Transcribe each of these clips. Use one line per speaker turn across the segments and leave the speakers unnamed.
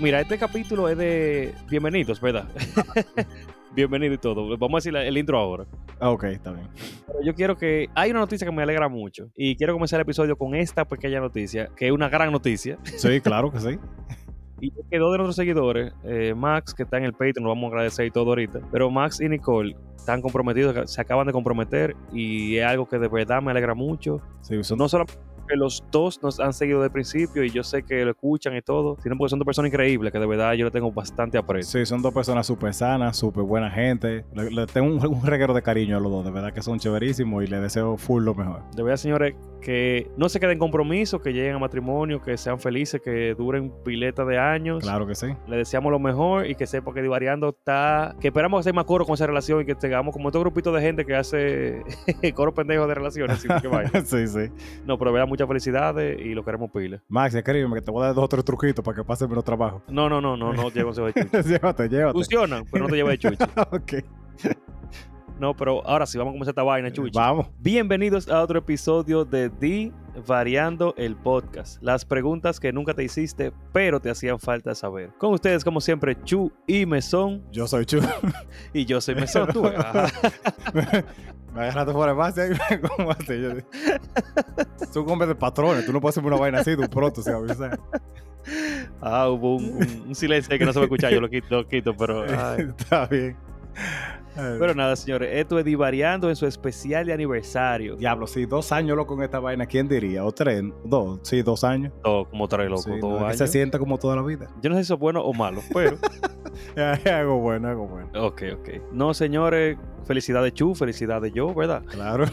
mira, este capítulo es de bienvenidos, ¿verdad? Bienvenido y todo. Vamos a decir el intro ahora.
Ah, ok, está bien.
Pero yo quiero que. Hay una noticia que me alegra mucho. Y quiero comenzar el episodio con esta pequeña noticia, que es una gran noticia.
Sí, claro que sí.
Y es que dos de nuestros seguidores, eh, Max, que está en el Patreon, lo vamos a agradecer y todo ahorita. Pero Max y Nicole están comprometidos, se acaban de comprometer. Y es algo que de verdad me alegra mucho.
Sí, son-
No solamente porque los dos nos han seguido desde el principio y yo sé que lo escuchan y todo, sino porque son dos personas increíbles que de verdad yo le tengo bastante aprecio.
sí, son dos personas súper sanas, súper buena gente. Le, le tengo un, un reguero de cariño a los dos, de verdad que son chéverísimos y les deseo full lo mejor.
De verdad, señores, que no se queden compromisos, que lleguen a matrimonio, que sean felices, que duren pileta de años.
Claro que sí.
Le deseamos lo mejor y que sepa que Divariando está. Que esperamos hacer más coro con esa relación y que tengamos como otro grupito de gente que hace coro pendejo de relaciones. así que vaya.
sí, sí.
No, pero de verdad, muchas felicidades y lo queremos pila.
Max, escríbeme que te voy a dar dos o tres truquitos para que pases menos trabajo.
No, no, no, no, no llevo consejo de chuchi.
llévate, llévate.
Funcionan, pero no te lleves de chuchi.
ok.
No, pero ahora sí, vamos a comenzar esta vaina, chuchi.
Vamos.
Bienvenidos a otro episodio de Di Variando el Podcast. Las preguntas que nunca te hiciste, pero te hacían falta saber. Con ustedes, como siempre, Chu y Mesón.
Yo soy Chu.
Y yo soy Mesón, tú. Ajá.
Me agarraste fuera de base ahí. ¿Cómo así? Yo- Son hombres de patrones. Tú no puedes hacerme una vaina así tú pronto, sin avisar.
Ah, hubo un, un- un silencio ahí que no se va a escuchar, yo lo quito, lo quito pero... ay.
Está bien. Ay,
Pero nada, señores, esto es Divariando en su especial de aniversario.
Diablo, sí, dos años loco en esta vaina, ¿quién diría? ¿O tres? ¿Dos? Sí, dos años.
Todo como trae loco,
Sí, no,
todo
es que
año.
se sienta como toda la vida.
Yo no sé si eso es bueno o malo, pero...
Es algo bueno, es algo bueno.
ok, ok. No, señores, felicidades Chu, felicidades yo, ¿verdad?
Claro.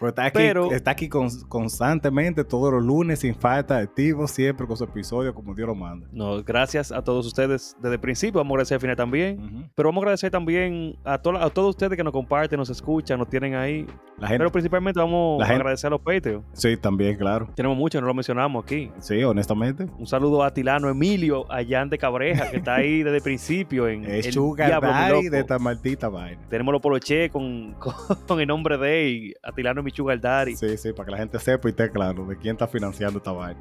Pero está aquí,
Pero-
está aquí cons- constantemente, todos los lunes, sin falta, activo, siempre con su episodio, como Dios lo manda.
No, gracias a todos ustedes desde el principio, vamos a agradecer al final también.
Ujú.
Pero vamos a agradecer también a, tola- a todos ustedes que nos comparten, nos escuchan, nos tienen ahí.
La gente,
Pero principalmente vamos
La
a
gente-
agradecer a los Patreon.
sí, también, claro.
Tenemos muchos, no lo mencionamos aquí.
Sí, honestamente.
Un saludo a Tilano Emilio Allán de Cabreja, que está ahí desde el principio en
Es
El
Sugar
Diablo, mi
Daddy
loco.
de esta maldita vaina.
Tenemos los poloché con, con, el nombre de él, a Tilano Michugal Dari. Sí.
Sí, sí, para que la gente sepa y esté claro de quién está financiando esta vaina.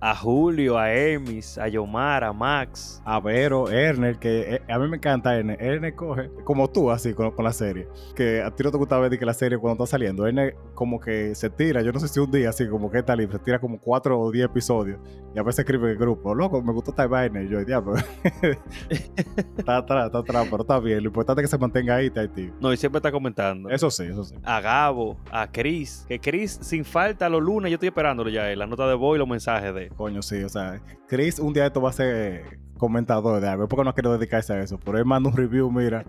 a Julio, a Emis, a Yomar, a Max.
a Vero, Erner, que eh, a mí me encanta Erner. Erner coge, como tú, así con, con la serie. Que a ti no te gusta ver de que la serie cuando está saliendo. Erner como que se tira, yo no sé si un día, así como que está libre, se tira como cuatro o diez episodios. Y a veces escribe en el grupo, loco, me gustó esta vaina. Y yo, diablo. está atrás, está atrás, pero está bien. Lo importante es que se mantenga ahí, está ahí, tío.
No, y siempre está comentando.
Eso sí, eso sí.
a Gabo, a Chris, que Chris sin falta los lunes, yo estoy esperándolo ya, eh, la nota de voz y los mensajes de él.
Coño, sí, o sea, Chris un día esto va a ser comentador de algo, es porque no quiero dedicarse a eso, pero él manda un review, mira,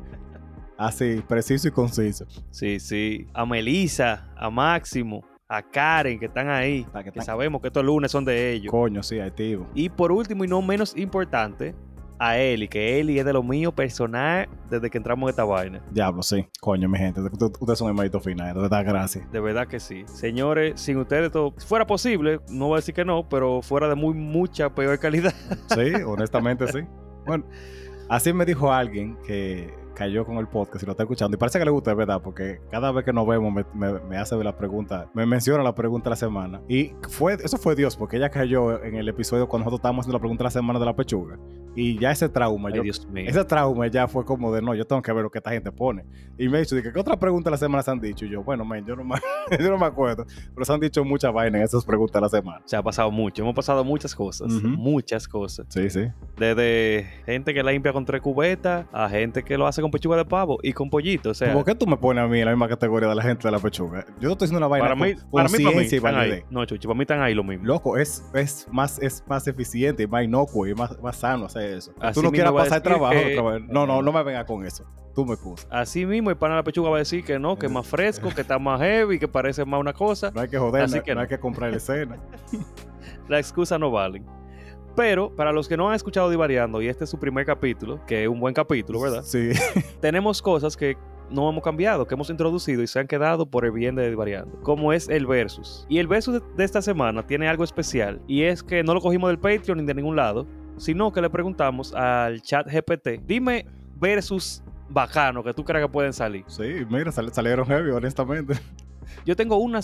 así, preciso y conciso.
Sí, sí. A Melissa, a Máximo, a Karen, que están ahí,
Está que
que
está-
sabemos que estos lunes son de ellos.
Coño, sí, activo.
Y por último y no menos importante, a Eli, que Eli es de lo mío personal desde que entramos en esta vaina.
Diablo, sí. Coño, mi gente. usted- Ustedes son hermanitos finales. De verdad, gracias.
De verdad que sí. Señores, sin ustedes esto fuera posible, no voy a decir que no, pero fuera de muy mucha peor calidad.
Sí, honestamente, sí. Bueno, así me dijo alguien que cayó con el podcast y lo está escuchando. Y parece que le gusta, es verdad, porque cada vez que nos vemos me, me- me hace ver la pregunta, me menciona la pregunta de la semana. Y fue, eso fue Dios, porque ella cayó en el episodio cuando nosotros estábamos haciendo la pregunta de la semana de la pechuga. Y ya ese trauma,
Ay,
yo
Dios mío.
Ese trauma ya fue como de no, yo tengo que ver lo que esta gente pone. Y me dicho, dije, ¿qué otra pregunta de la semana se han dicho? Y yo, bueno, man, yo no, me, yo no me acuerdo. Pero se han dicho muchas vainas en esas preguntas de la semana.
Se ha pasado mucho, hemos pasado muchas cosas,
Ujú.
muchas cosas.
Sí, sí.
Desde gente que la limpia con tres cubetas a gente que lo hace con pechuga de pavo y con pollito. O sea,
¿Por qué tú me pones a mí en la misma categoría de la gente de la pechuga? Yo no estoy haciendo una vaina
para
con
mí, para mí, para mí,
conciencia y
están ahí.
validez.
No, Chuchi, para mí están ahí lo mismo.
Loco, es, es, más, es más eficiente, y más inocuo y más, más sano hacer eso.
Así
tú
mismo
no quieras
iba a
pasar
decir
trabajo,
que-
trabajo. No, no, no me vengas con eso. Tú me excusas.
Así mismo, el pana de la pechuga va a decir que no, que es más fresco, que está más heavy, que parece más una cosa.
No hay que joder,
Así
no,
que
no
no.
hay que comprar escena.
Las excusas no valen. Pero para los que no han escuchado Divariando, y este es su primer capítulo, que es un buen capítulo, ¿verdad?
Sí.
tenemos cosas que no hemos cambiado, que hemos introducido y se han quedado por el bien de Variando, como es el versus. Y el versus de esta semana tiene algo especial, y es que no lo cogimos del Patreon ni de ningún lado, sino que le preguntamos al chat GPT, dime versus bacano que tú creas que pueden salir.
Sí, mira, sal- salieron heavy, honestamente.
Yo tengo una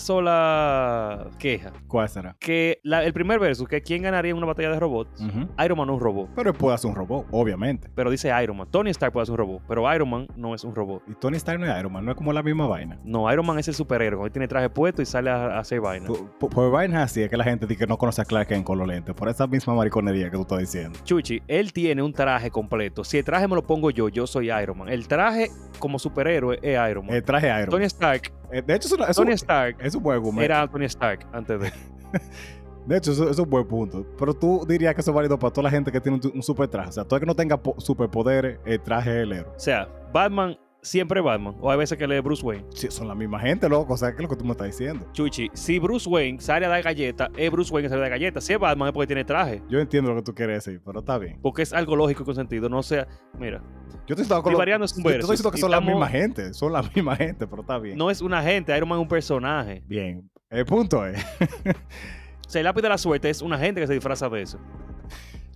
sola queja.
¿Cuál será?
Que la- el primer versus, que quién ganaría en una batalla de robots,
Ujú.
Iron Man no es un robot.
Pero él puede hacer un robot, obviamente.
Pero dice Iron Man. Tony Stark puede ser un robot, pero Iron Man no es un robot.
Y Tony Stark no es Iron Man, no es como la misma vaina.
No, Iron Man es el superhéroe. Hoy tiene traje puesto y sale a, a hacer vaina.
Por, por- por vainas pues así es que la gente dice que no conoce a Clark Kent con los lentes. Por esa misma mariconería que tú estás diciendo.
Chuchi, él tiene un traje completo. Si el traje me lo pongo yo, yo soy Iron Man. El traje como superhéroe es Iron Man.
El Eh, traje Iron
Tony
Man.
Stark,
Eh, De hecho, es, una- es
Tony
un,
Stark
es un buen argumento.
era Tony Stark antes de.
De hecho, eso, eso es un buen punto. Pero tú dirías que eso es válido para toda la gente que tiene un, un super traje. O sea, todo el que no tenga po- superpoderes, el traje es el héroe.
O sea, Batman siempre es Batman. O hay veces que le es Bruce Wayne.
Sí, son la misma gente, loco. O sea, ¿qué es lo que tú me estás diciendo?
Chuchi, si Bruce Wayne sale a dar galleta, es Bruce Wayne que sale a dar galleta. Si es Batman es porque tiene traje.
Yo entiendo lo que tú quieres decir, pero está bien.
Porque es algo lógico y con sentido. No sea. Mira,
Yo te estoy diciendo que
Y
lo-
variando es un
yo te
versus.
estoy diciendo que
Y
son la
estamos-
misma gente. Son la misma gente, pero está bien.
no es una gente. Iron Man es un personaje.
Bien. El punto es.
O sea, el lápiz de la suerte es una gente que se disfraza de eso.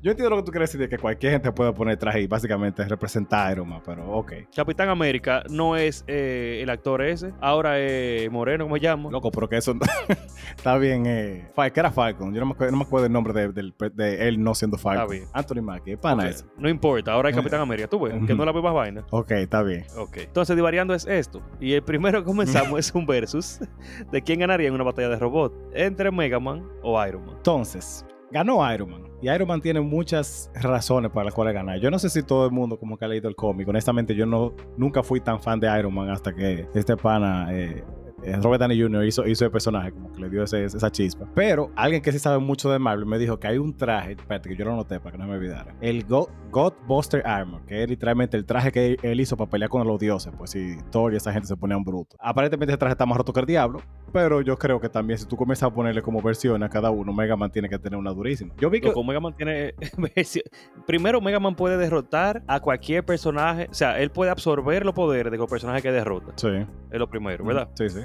Yo entiendo lo que tú quieres decir de que cualquier gente puede poner traje y básicamente representar a Iron Man, pero ok.
Capitán América no es eh, el actor ese. Ahora es Moreno, ¿cómo se llama?
Loco, pero que eso está bien. Eh, Fal- que era Falcon. Yo no me acuerdo, no me acuerdo el nombre de, del per- de él no siendo Falcon.
Está bien.
Anthony Mackie, es pana
O sea,
ese.
No importa, ahora es Capitán América. Tú ves, que no es la misma vaina.
Ok, está bien.
Ok. Entonces, divariando es esto. Y el primero que comenzamos es un versus de quién ganaría en una batalla de robot. Entre Mega Man o Iron Man.
Entonces, ganó Iron Man. Y Iron Man tiene muchas razones para las cuales ganar. Yo no sé si todo el mundo como que ha leído el cómic. Honestamente, yo no, nunca fui tan fan de Iron Man hasta que este pana... eh, eh, Robert Downey Jr. hizo, hizo el personaje, como que le dio ese- esa chispa. Pero alguien que sí sabe mucho de Marvel me dijo que hay un traje, espérate que yo lo noté para que no me olvidara, el Go- Godbuster Armor, que es literalmente el traje que él hizo para pelear con los dioses, pues si Thor y esa gente se ponían brutos. Aparentemente ese traje está más roto que el diablo, pero yo creo que también si tú comienzas a ponerle como versión a cada uno, Mega Man tiene que tener una durísima. Yo vi que...
Loco, Mega Man tiene. versión- Primero, Mega Man puede derrotar a cualquier personaje. O sea, él puede absorber los poderes de los personajes que derrota.
Sí.
Es lo primero, ¿verdad?
Sí, sí.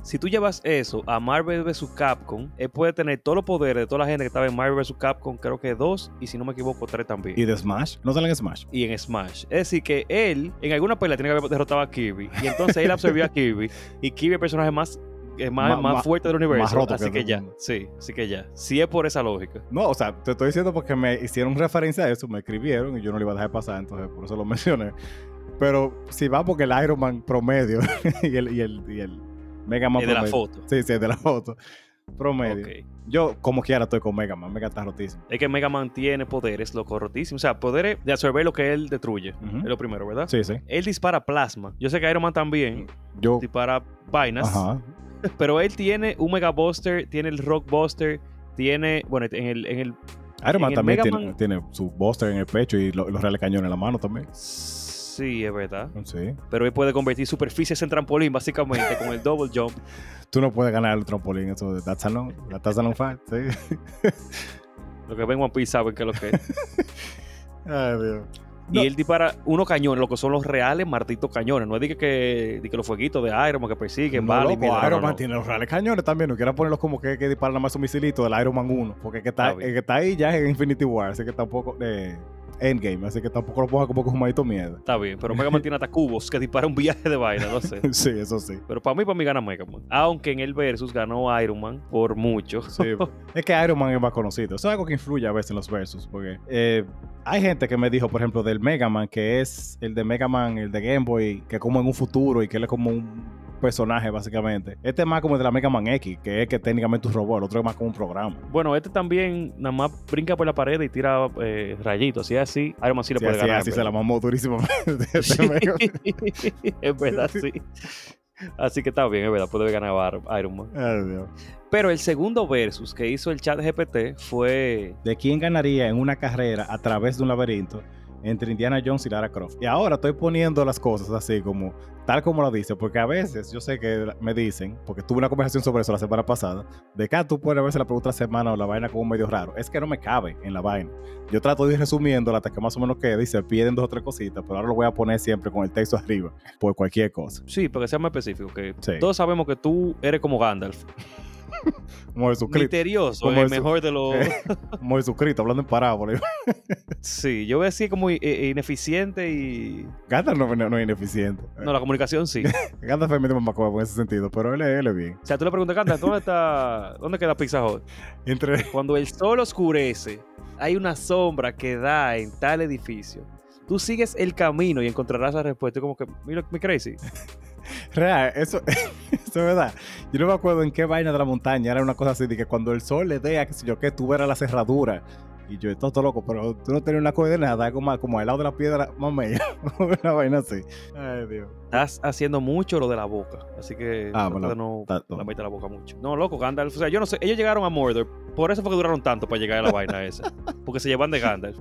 Si tú llevas eso a Marvel vs. Capcom, él puede tener todos los poderes de toda la gente que estaba en Marvel vs. Capcom, creo que dos, y si no me equivoco, tres también.
¿Y de Smash? ¿No salen en Smash?
Y en Smash. Es decir, que él en alguna pelea tiene que haber derrotado a Kirby. Y entonces él absorbió a Kirby. Y Kirby es el personaje más, eh, más,
Ma-
más
ma-
fuerte del universo.
más roto
así
que
que,
el
ya.
mundo.
Sí, así que ya. Sí es por esa lógica.
No, o sea, te estoy diciendo porque me hicieron referencia a eso, me escribieron y yo no lo iba a dejar pasar, entonces por eso lo mencioné. Pero si va porque el Iron Man promedio y el, y el, y el Mega Man
Es de la
promedio-
foto.
Sí, sí, de la foto. Promedio.
Ok.
Yo, como quiera, estoy con Mega Man. Mega está rotísimo.
Es que Mega Man tiene poderes, loco, rotísimo. O sea, poderes de absorber lo que él destruye.
Ujú.
Es lo primero, ¿verdad?
Sí, sí.
Él dispara plasma. Yo sé que Iron Man también
Yo.
dispara vainas.
Ajá.
Pero él tiene un Mega Buster, tiene el Rock Buster, tiene. Bueno, en el. En el
Iron Man
el
también
Mega
tiene,
Man-
tiene su Buster en el pecho y lo- los reales cañones en la mano también.
sí, es verdad.
Sí.
Pero él puede convertir superficies en trampolín, básicamente, con el double jump.
Tú no puedes ganar el trampolín, eso de That's a long, that's a long fight, sí.
Lo que ven One Piece saben que es lo que es.
Ay, Dios. No.
Y él dispara unos cañones, lo que son los reales martitos cañones. No es de que, que, de que los fueguitos de Iron Man que persiguen,
No,
vale.
loco, Iron Man tiene los reales cañones también. No quieran ponerlos como que, que disparan nada más un misilito del Iron Man 1. Porque el que está,
Ah, bien.
el que está ahí ya es en Infinity War. Así que tampoco. Eh, Endgame. Así que tampoco lo ponga como con un maldito miedo.
Está bien, pero Mega Man tiene hasta cubos que dispara un viaje de vaina, no sé.
sí, eso sí.
Pero para mí, para mí gana Mega Man. Aunque en el versus ganó Iron Man por mucho.
Sí. pues. es que Iron Man es más conocido. Eso es algo que influye a veces en los versos. Porque eh, hay gente que me dijo, por ejemplo, del Mega Man, que es el de Mega Man, el de Game Boy, que como en un futuro y que él es como un personaje básicamente. Este es más como el de la Mega Man X, que es que técnicamente es un robot, el otro es más como un programa.
Bueno, este también nada más brinca por la pared y tira eh, rayitos. Si es así, Iron Man sí le
Sí,
puede
así,
ganar.
así se
pero-
la mamó durísimo.
Sí. es verdad, sí. Así que está bien, es verdad, puede ganar Bar- Iron Man.
Ay, Dios.
Pero el segundo versus que hizo el chat GPT fue
de quién ganaría en una carrera a través de un laberinto entre Indiana Jones y Lara Croft. Y ahora estoy poniendo las cosas así como tal como lo dice, porque a veces yo sé que me dicen, porque tuve una conversación sobre eso la semana pasada, de que ah, tú puedes a veces la pregunta de la semana o la vaina como medio raro. Es que no me cabe en la vaina. Yo trato de ir resumiéndola hasta que más o menos quede y se pierden dos o tres cositas, pero ahora lo voy a poner siempre con el texto arriba, por cualquier cosa.
Sí, para que sea más específico, que
Sí.
todos sabemos que tú eres como Gandalf.
como Jesucristo.
Misterioso,
Como
el
eso.
mejor de los.
Como Jesucristo, hablando en parábola.
Sí, yo voy a decir como i- i- ineficiente y.
Gandalf no, no- no es ineficiente.
No, la comunicación sí.
Gandalf es medio mamacuevo en ese sentido, pero él, es- él es bien.
O sea, tú le preguntas, Canta, ¿dónde está. ¿Dónde queda Pizza Hut?
Entre,
Cuando el sol oscurece, hay una sombra que da en tal edificio. Tú sigues el camino y encontrarás la respuesta. Y Como que, mira, mi crazy.
real, eso, eso es verdad. Yo no me acuerdo en qué vaina de la montaña era una cosa así, de que cuando el sol le dé a qué sé yo qué, tú verás la cerradura. Y yo, esto todo loco, pero tú no tienes una coordenada como, como al lado de la piedra, mamey. una vaina así. Ay, Dios.
Estás haciendo mucho lo de la boca. Así que trata
Ah, bueno,
de no
está-
la mete la boca mucho. No, loco, Gandalf. O sea, yo no sé. Ellos llegaron a Mordor. Por eso fue que duraron tanto para llegar a la vaina esa. Porque se llevan de Gandalf.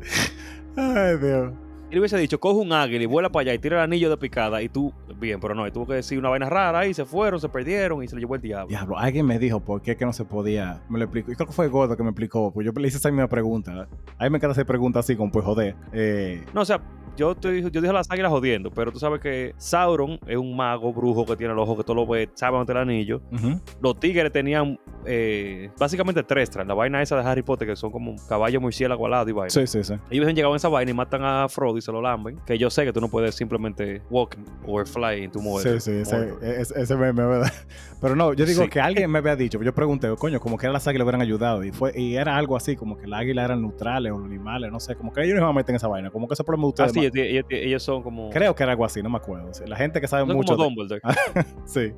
Ay, Dios.
Él hubiese dicho, coge un águila y vuela para allá y tira el anillo de picada. Y tú, bien, pero no. Y tuvo que decir una vaina rara y se fueron, se perdieron y se lo llevó el diablo.
Diablo, alguien me dijo por qué que no se podía. Me lo explicó. Yo creo que fue Gordo que me explicó. Pues yo le hice esa misma pregunta. A mí me encanta hacer preguntas así, como pues joder. Eh,
No, o sea, yo te dije, yo dije las águilas jodiendo, pero tú sabes que Sauron es un mago brujo que tiene el ojo que todo lo ve, sabe ante el anillo.
ujú.
Los tigres tenían eh, básicamente Trestran, la vaina esa de Harry Potter, que son como un caballo murciélago alado y vaina.
Sí, sí, sí.
Ellos han llegado a esa vaina y matan a Frodo y se lo lamben. Que yo sé que tú no puedes simplemente walk or fly into
Sí,
Mordor.
sí, ese, e,
Mordor.
ese, ese meme, ¿verdad? Pero no, yo digo
Sí.
que alguien me había dicho, yo pregunté, coño, como que eran las águilas hubieran ayudado. Y fue y era algo así, como que las águilas eran neutrales o los animales, no sé, como que ellos no iban a meter en esa vaina, como que ese problema de
Ah,
ustedes.
sí,
ma-
ellos, ellos- ellos son como,
Creo que era algo así, no me acuerdo. Sí, La gente que sabe
son
mucho.
como
de-
Dumbledore.
sí,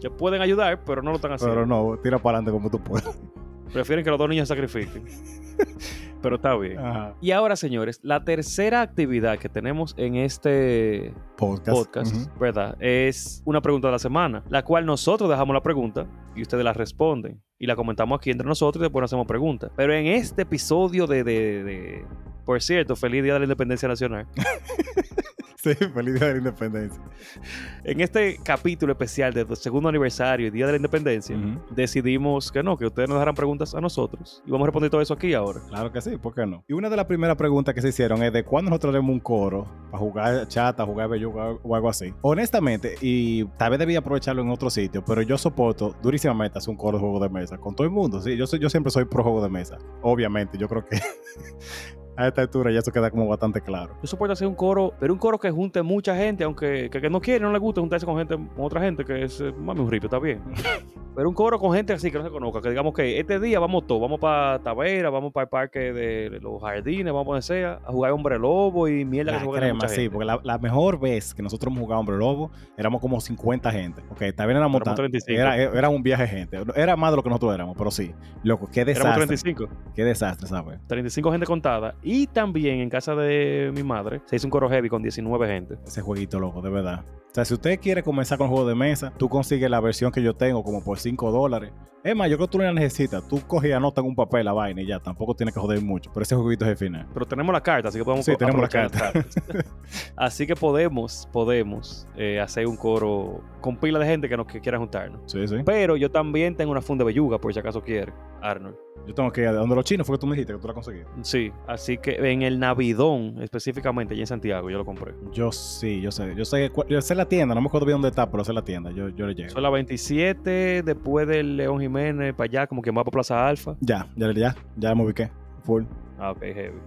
Que pueden ayudar, pero no lo están haciendo.
pero no, tira para adelante como tú puedes.
Prefieren que los dos niños se sacrifiquen. pero está bien.
Ajá.
Y ahora, señores, la tercera actividad que tenemos en este
Podcast.
podcast,
Ujú.
¿verdad? Es una pregunta de la semana, la cual nosotros dejamos la pregunta y ustedes la responden. Y la comentamos aquí entre nosotros y después nos hacemos preguntas. Pero en este episodio de... de- de- por cierto, feliz Día de la Independencia Nacional.
Sí, feliz día de la independencia.
En este capítulo especial del segundo aniversario y Día de la Independencia,
Ujú.
decidimos que no, que ustedes nos dejaran preguntas a nosotros. Y vamos a responder todo eso aquí ahora.
Claro que sí, ¿por qué no? Y una de las primeras preguntas que se hicieron es de cuándo nosotros haremos un coro para jugar chata, jugar belluga o algo así. Honestamente, y tal vez debía aprovecharlo en otro sitio, pero yo soporto durísimamente hacer un coro de juego de mesa con todo el mundo, sí. Yo, soy, yo siempre soy pro juego de mesa, obviamente. Yo creo que a esta altura ya eso queda como bastante claro.
Yo soporto hacer un coro, pero un coro que junte mucha gente, aunque que, que no quiere, no le gusta juntarse con gente, con otra gente, que es eh, mami un ripio, está bien. pero un coro con gente así que no se conozca, que digamos que este día vamos todos, vamos para Tavera, vamos para el parque de los jardines, vamos donde sea, a jugar hombre lobo y mierda que
La
se juega entre
crema,
mucha
sí,
gente.
porque la, la mejor vez que nosotros hemos jugado Hombre Lobo éramos como 50 gente. Ok, tal vez éramos
Éramos
tan-
35.
Era, era un viaje de gente. Era más de lo que nosotros éramos, pero sí. Loco, qué
Éramos
desastre.
35,
Qué desastre, ¿sabes?
35 gente contada. Y también en casa de mi madre se hizo un coro heavy con 19 gente.
Ese jueguito, loco, de verdad. O sea, si usted quiere comenzar con juego de mesa, tú consigues la versión que yo tengo como por 5 dólares. Es más, yo creo que tú no la necesitas. Tú coges y anotas en un papel la vaina y ya. Tampoco tienes que joder mucho. Pero ese jueguito es el final.
Pero tenemos la carta, así que podemos
Sí,
apro-
tenemos la
aprovechar las cartas. así que podemos, podemos eh, hacer un coro con pila de gente que nos que quiera juntarnos.
Sí, sí.
Pero yo también tengo una funda de belluga, por si acaso quiere, Arnold.
Yo tengo que ir a donde los chinos, fue que tú me dijiste que tú la conseguiste.
Sí, así que en el Navidón, específicamente, allá en Santiago, yo lo compré.
Yo sí, yo sé. Yo sé, cu- yo sé la tienda. No me acuerdo bien dónde está, pero sé la tienda. Yo, yo le llego.
Son las 27, después del León Jiménez, para allá, como que más para Plaza Alfa.
Ya, ya, ya. Ya me ubiqué. Full.
Ah, ok, heavy.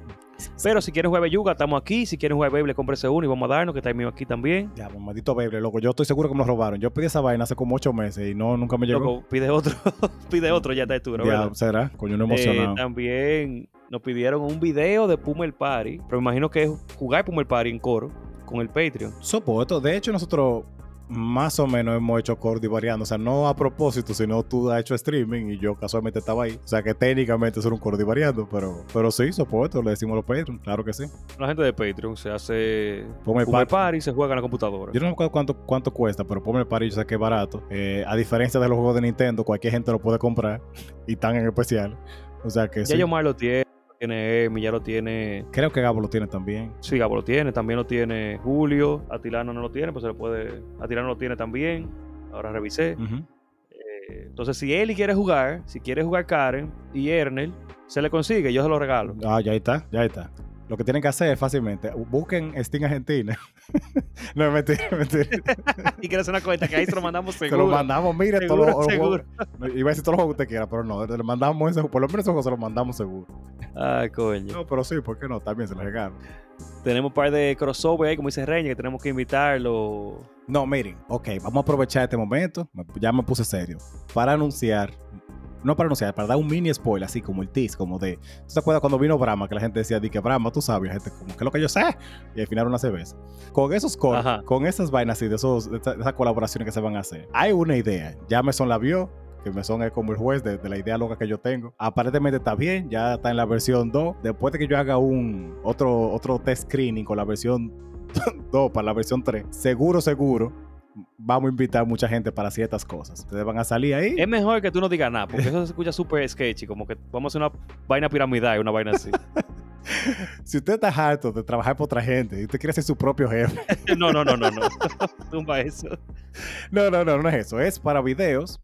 Pero si quieren jugar belluga, estamos aquí. Si quieren jugar Beyblade, cómprese uno y vamos a darnos, que está el mío aquí también.
Ya, pues, maldito baby, loco. Yo estoy seguro que me lo robaron. Yo pedí esa vaina hace como 8 meses y no, nunca me llegó.
Loco, pide otro, pide otro ya está de tu, ¿verdad?
Ya, será. Coño, no
Eh,
emocionado.
también nos pidieron un video de Puma el Party, pero me imagino que es jugar Puma el Party en coro con el Patreon.
Soporto. De hecho, nosotros más o menos hemos hecho cordy variando. O sea, no a propósito, sino tú has hecho streaming y yo casualmente estaba ahí. O sea, que técnicamente eso era un cordy variando, pero, pero sí, soporto. Le decimos a los Patreon, claro que sí.
La gente de Patreon se hace
Ponme el
Puma el
par-
Party y se juega en la computadora.
Yo no me acuerdo cuánto, cuánto cuesta, pero ponme el par y yo sé que es barato. Eh, a diferencia de los juegos de Nintendo, cualquier gente lo puede comprar y tan en especial. O sea que
ya
sí.
Yomar lo tiene, lo tiene Emi, ya lo tiene.
Creo que Gabo lo tiene también.
Sí, Gabo lo tiene, también lo tiene Julio. Atilano no lo tiene, pues se le puede. Atilano lo tiene también. Ahora revisé.
Ujú.
Eh, entonces, si Eli quiere jugar, si quiere jugar Karen y Ernel, se le consigue, yo se lo regalo.
Ah, ya está, ya está. Lo que tienen que hacer es fácilmente, busquen Steam Argentina no, es mentira, es mentira.
y que hacer una cuenta que ahí se lo mandamos
Se
seguro.
lo mandamos, mire,
Seguro,
todos los, los
seguro.
juegos. Iba a decir todos los juegos que usted quiera, pero no, le mandamos ese, por lo menos esos juegos se los mandamos seguro.
Ay, Ah, coño.
No, pero sí, ¿por qué no? También se los regalo.
Tenemos un par de crossover ahí, como dice Reña, que tenemos que invitarlo.
No, miren, ok, vamos a aprovechar este momento, me- ya me puse serio, para anunciar, no para anunciar, para dar un mini spoiler, así como el tease, como de, ¿tú te acuerdas cuando vino Brahma, que la gente decía, di que Brahma, tú sabes, y la gente como, ¿qué es lo que yo sé? Y al final una cerveza. Con esos cor-
Ajá.
con esas vainas y de, esos, de esa- de esas colaboraciones que se van a hacer, hay una idea, ya Meson la vio, que Meson es como el juez de, de la idea loca que yo tengo. Aparentemente está bien, ya está en la versión 2. Después de que yo haga un otro, otro test screening con la versión 2 para la versión 3, seguro, seguro, vamos a invitar mucha gente para ciertas cosas. Ustedes van a salir ahí.
Es mejor que tú no digas nada, porque eso se escucha súper sketchy, como que vamos a hacer una vaina piramidal y una vaina así.
Si usted está harto de trabajar por otra gente y usted quiere ser su propio jefe,
no, no, no, no, no. Tumba eso.
no, no, no, no es eso. Es para videos,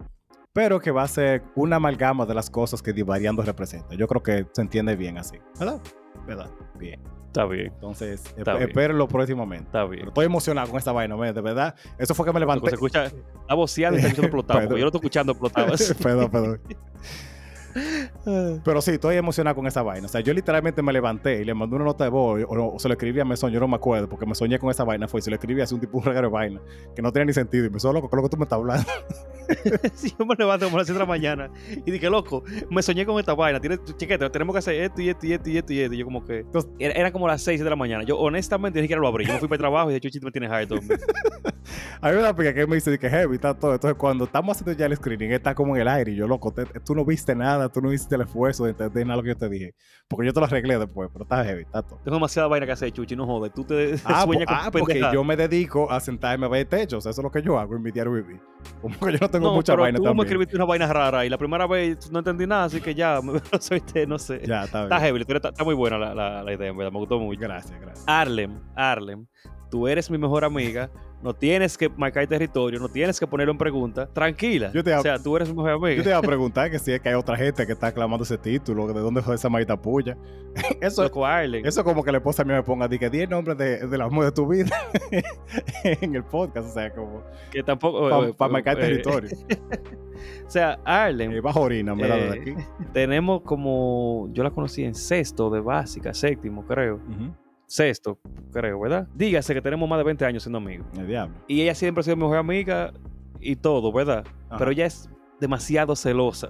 pero que va a ser una amalgama de las cosas que Divariando representa. Yo creo que se entiende bien así, ¿verdad? ¿Verdad? Bien.
Está bien,
Entonces,
Está
esp-
bien.
espérenlo próximamente.
está
Pero
bien.
estoy emocionado con esta vaina, men, de verdad. Eso fue que me
Porque se
levanté.
escucha, está boceando y está escuchando explotado, porque yo lo estoy escuchando explotado.
perdón, perdón. Pero sí, estoy emocionado con esa vaina. O sea, yo literalmente me levanté y le mandé una nota de voz o, o se lo escribí a Mesón, yo no me acuerdo, porque me soñé con esa vaina. Fue y se lo escribí así un tipo un regalo de vaina, que no tenía ni sentido. Y me dijo, loco, ¿qué es lo que tú me estás hablando?
si yo me levanto como a las 7 de la mañana y dije, loco, me soñé con esta vaina. Tienes, chiquete, tenemos que hacer esto y esto y esto y esto y esto. Y yo, como que.
Entonces-
era, era como las 6 de la mañana. Yo, honestamente, ni siquiera lo abrí. Yo me fui para el trabajo y de hecho, chiste, me tienes harto.
A mí me da pica que él me dice que heavy está todo. Entonces, cuando estamos haciendo ya el screening, él está como en el aire. Y yo, loco, te- tú no viste nada, tú no hiciste el esfuerzo de entender nada de lo que yo te dije. Porque yo te lo arreglé después, pero está heavy, está todo.
Tengo demasiada vaina que hacer, Chuchi, no jodes. Tú te
Ah, po-
sueñas con
ah, porque
pendejadas.
yo me dedico a sentarme a ver techos. Eso es lo que yo hago en mi diario vivir. Como que yo no tengo
no,
mucha
pero
vaina
tú me
también.
escribiste una vaina rara y la primera vez no entendí nada, así que ya, me lo solté, no sé.
Ya, está
Está
bien.
heavy, pero está, está muy buena la, la- la idea, en verdad, me gustó mucho.
Gracias, gracias.
Arlem, Arlem, tú eres mi mejor amiga, no tienes que marcar territorio, no tienes que ponerlo en pregunta, tranquila.
Yo te
o
ab-
sea, tú eres mi mejor
Yo
amiga.
te iba a preguntar que si es que hay otra gente que está clamando ese título, que de dónde fue esa maldita puya. Eso,
Loco Arlem.
eso como que la esposa mía me ponga, di que 10 nombres de, del amor de tu vida en el podcast, o sea, como
que tampoco.
para
eh,
marcar
eh,
territorio.
O sea, Arlem,
Eh, bajo orina, me la de
eh,
aquí.
tenemos como. Yo la conocí en sexto de básica, séptimo, creo.
Ujú.
Sexto, creo, ¿verdad? Dígase que tenemos más de 20 años siendo amigos.
El diablo.
Y ella siempre ha sido mi mejor amiga y todo, ¿verdad?
Ajá.
Pero ella es demasiado celosa.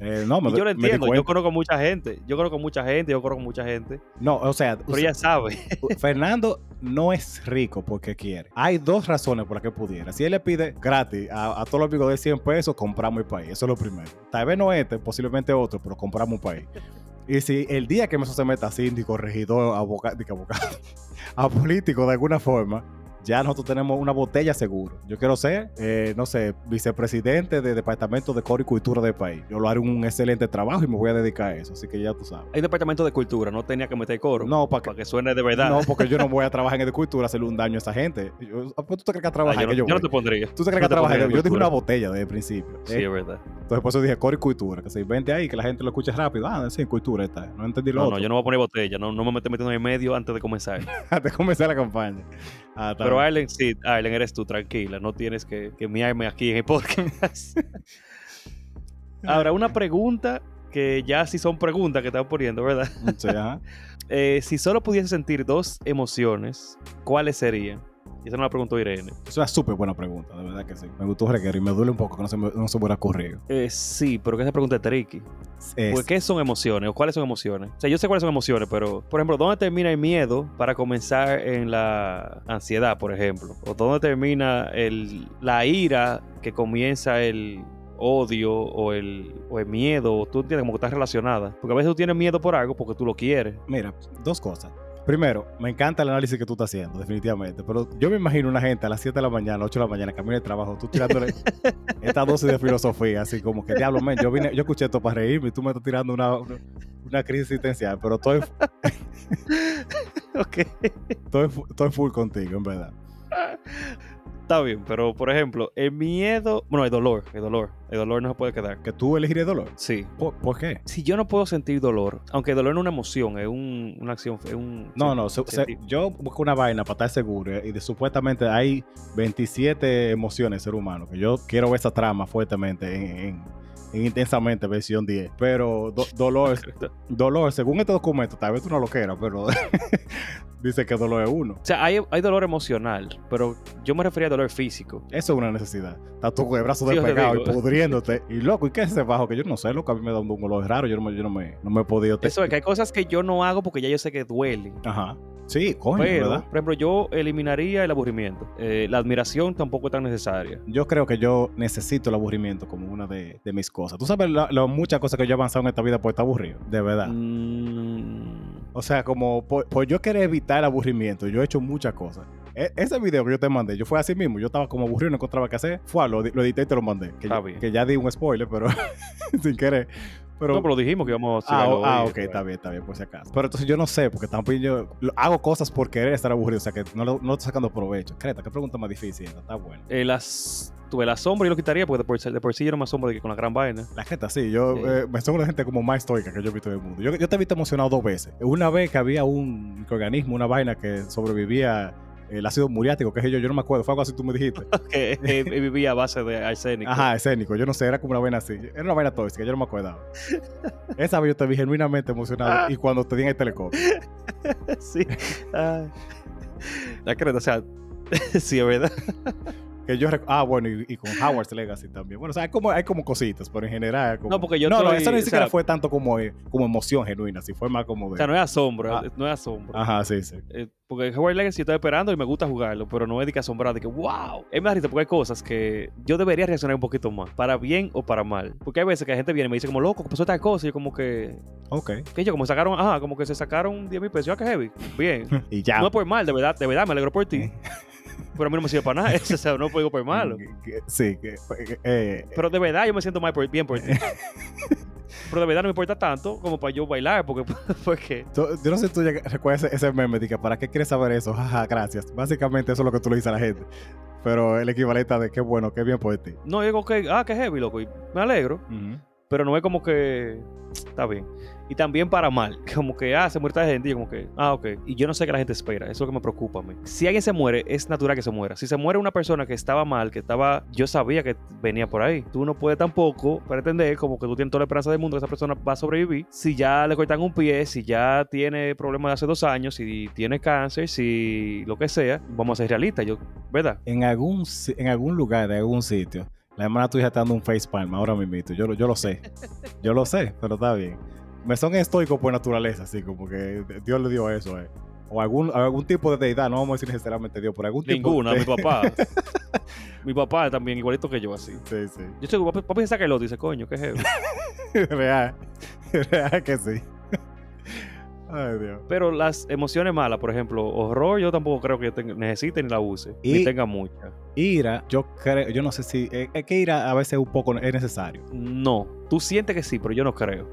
Eh, no, me,
Y yo lo
me di
entiendo, yo
cuenta.
conozco mucha gente, yo conozco mucha gente, yo conozco mucha gente,
No, o sea,
pero ella sabe.
Fernando no es rico porque quiere. Hay dos razones por las que pudiera. Si él le pide gratis a, a todos los amigos de 100 pesos, compramos el país. Eso es lo primero. Tal vez no este, posiblemente otro, pero compramos un país. Y si el día que Meso se meta a síndico, regidor, abogado, abogado, a político de alguna forma, ya nosotros tenemos una botella seguro. Yo quiero ser, eh, no sé, vicepresidente de Departamento de Core y Cultura del país. Yo lo haré un excelente trabajo y me voy a dedicar a eso. Así que ya tú sabes.
Hay un departamento de cultura, no tenía que meter coro.
No, para que,
Para que suene de verdad.
no, porque yo no voy a trabajar en cultura, hacerle un daño a esa gente. Yo- ¿a poco ¿Tú te crees que a
Ah,
trabajar?
yo, no,
que yo
yo no
voy?
te pondría.
¿Tú te crees
no
que
te
a trabajar?
pondría
Yo dije
cultura.
una botella desde el principio.
Sí,
¿eh?
es verdad.
Entonces por eso dije core y cultura, que se invente ahí, que la gente lo escuche rápido. Ah, sí, cultura está. No entendí lo
No, no,
otro.
yo no voy a poner botella, no, no me meto metiendo en el medio antes de comenzar.
Antes de comenzar la campaña. Ah, está
Pero
bien.
Arlen, sí, Arlen eres tú, tranquila, no tienes que, que miarme aquí en el podcast. Ahora, una pregunta que ya sí son preguntas que están poniendo, ¿verdad?
Sí, ajá.
Eh, si solo pudiese sentir dos emociones, ¿cuáles serían? Y esa no la preguntó Irene.
Es una súper buena pregunta, de verdad que sí. Me gustó requerir y me duele un poco que no se me, no se me hubiera ocurrido. Este,
Eh, sí, pero que esa pregunta es tricky.
Es-
Pues, ¿qué son emociones? ¿O cuáles son emociones? O sea, yo sé cuáles son emociones, pero, por ejemplo, ¿dónde termina el miedo para comenzar en la ansiedad, por ejemplo? ¿O dónde termina el, la ira que comienza el odio o el, o el miedo? Tú entiendes como que estás relacionada. Porque a veces tú tienes miedo por algo porque tú lo quieres.
Mira, dos cosas. Primero, me encanta el análisis que tú estás haciendo, definitivamente. Pero yo me imagino una gente a las 7 de la mañana, 8 de la mañana, camino de trabajo, tú tirándole esta dosis de filosofía, así como que diablo, men, yo vine, yo escuché esto para reírme y tú me estás tirando una, una, una crisis existencial, pero estoy,
ok.
estoy, fu- estoy full contigo, en verdad.
Está bien, pero por ejemplo, el miedo. Bueno, el dolor, el dolor. El dolor no se puede quedar.
Que tú elegirías dolor.
Sí.
¿Por, por qué?
Si yo no puedo sentir dolor, aunque el dolor no es una emoción, es un- una acción, es un.
No, no, se- se-
sentí.
yo busco una vaina para estar seguro eh, y de- supuestamente hay 27 emociones ser humano, que yo quiero ver esa trama fuertemente en, en- en intensamente versión 10, pero do- dolor, dolor, según este documento, tal vez tú no lo quieras, pero dice que dolor es uno.
O sea, hay, hay dolor emocional, pero yo me refería a dolor físico.
Eso es una necesidad. Está tú con el brazo
Sí, yo te
despegado y
digo. eh,
pudriéndote. Y loco, ¿y qué es ese bajo? Que yo no sé, loco, a mí me da un dolor raro. Yo no me, yo no me, no me he podido. te-
Eso es que hay cosas que yo no hago porque ya yo sé que duelen.
Ajá. Sí, coño,
pero,
¿verdad?
por ejemplo, yo eliminaría el aburrimiento. Eh, la admiración tampoco es tan necesaria.
Yo creo que yo necesito el aburrimiento como una de, de mis cosas. Tú sabes la- las muchas cosas que yo he avanzado en esta vida por estar aburrido, de verdad.
Mm,
O sea, como por, por yo querer evitar el aburrimiento, yo he hecho muchas cosas. E- ese video que yo te mandé, yo fue así mismo. Yo estaba como aburrido, no encontraba qué hacer. Fue, lo, lo edité y te lo mandé. Que,
Está
yo-
bien.
que ya di un spoiler, pero sin querer. Pero,
no, pero dijimos que íbamos a
Ah,
hacerlo
o- ah,
hoy,
ok,
pero-
está bien, está bien, por si acaso. Pero entonces yo no sé, porque tampoco yo lo- hago cosas por querer estar aburrido, o sea que no, lo- no estoy sacando provecho. Creta, qué pregunta más difícil, esta, está buena.
Eh, las, tuve la sombra y lo quitaría porque de por, sí- de por sí yo no me asombro de que con la gran vaina.
La gente, sí, yo
Sí.
eh, me soy la gente como más estoica que yo he visto en el mundo. Yo, yo te he visto emocionado dos veces. Una vez que había un microorganismo, una vaina que sobrevivía el ácido muriático, que es yo, yo no me acuerdo, fue algo así tú me dijiste.
Que eh, vivía a base de arsénico.
Ajá, escénico, yo no sé, era como una vaina así. Era una vaina tóxica, yo no me acordaba. Esa vez yo te vi genuinamente emocionado y cuando te di en el telecom.
sí. Ay. La creta, o sea, sí, es verdad.
Que yo rec- ah, bueno, y, y con Howard's Legacy también. Bueno, o sea, hay como, hay como cositas, pero en general. Como...
No, porque yo
No, no,
estoy-
eso ni
o
siquiera
sea-
fue tanto como, eh, como emoción genuina, sí, fue más como
O
de.
sea, no es asombro,
Ah.
no es asombro.
Ajá, sí, sí.
Eh, porque Hogwarts Legacy yo estaba esperando y me gusta jugarlo, pero no es de que asombrado, de que wow. Es más risa porque hay cosas que yo debería reaccionar un poquito más, para bien o para mal. Porque hay veces que la gente viene y me dice como, loco, ¿qué pasó esta cosa? Y yo como que,
Ok.
que yo, como sacaron, ajá, como que se sacaron 10 mil pesos, ah, que heavy. Bien.
Y ya.
No es por mal, de verdad, de verdad, me alegro por ti. Pero a mí no me sirve para nada eso, o sea, no puedo por malo.
Mm, Que- que- Sí, que, que- eh,
Pero de verdad yo me siento mal por, bien por ti. Pero de verdad no me importa tanto como para yo bailar, porque, porque
tú- yo no sé si tú ya recuerdas ese, ese meme, de que ¿para qué quieres saber eso? Jaja, gracias. Básicamente eso es lo que tú le dices a la gente. Pero el equivalente a de qué bueno, qué bien por ti.
no yo digo que, ah, que heavy, loco, y me alegro. pero no es como que está bien. Y también para mal, como que, ah, se muere esta gente, y yo como que, ah, ok. Y yo no sé qué la gente espera, eso es lo que me preocupa a mí. Si alguien se muere, es natural que se muera. Si se muere una persona que estaba mal, que estaba, yo sabía que venía por ahí, tú no puedes tampoco pretender como que tú tienes toda la esperanza del mundo que esa persona va a sobrevivir. Si ya le cortan un pie, si ya tiene problemas de hace dos años, si tiene cáncer, si lo que sea, vamos a ser realistas, yo, ¿verdad?
En, algún, si- en algún lugar, en algún sitio, la hermana tuya está dando un facepalm ahora mismo. Yo, lo- yo lo sé. Yo lo sé, pero está bien. Me son estoicos por naturaleza, así como que Dios le dio eso, eh. O algún, algún tipo de deidad, no vamos a decir necesariamente Dios, pero algún tipo
Ninguna, mi
de...
papá. mi papá también, igualito que yo, así.
Sí, sí.
Yo estoy, papi, papi se saca el otro y dice, coño, qué heavy.
Real. Real que sí. Ay, Dios.
Pero las emociones malas, por ejemplo, horror, yo tampoco creo que tenga- necesite ni la use,
Y-
ni tenga mucha.
Ira, yo creo, yo no sé si, eh, es que ira a veces un poco es necesario.
No, tú sientes que sí, pero yo no creo.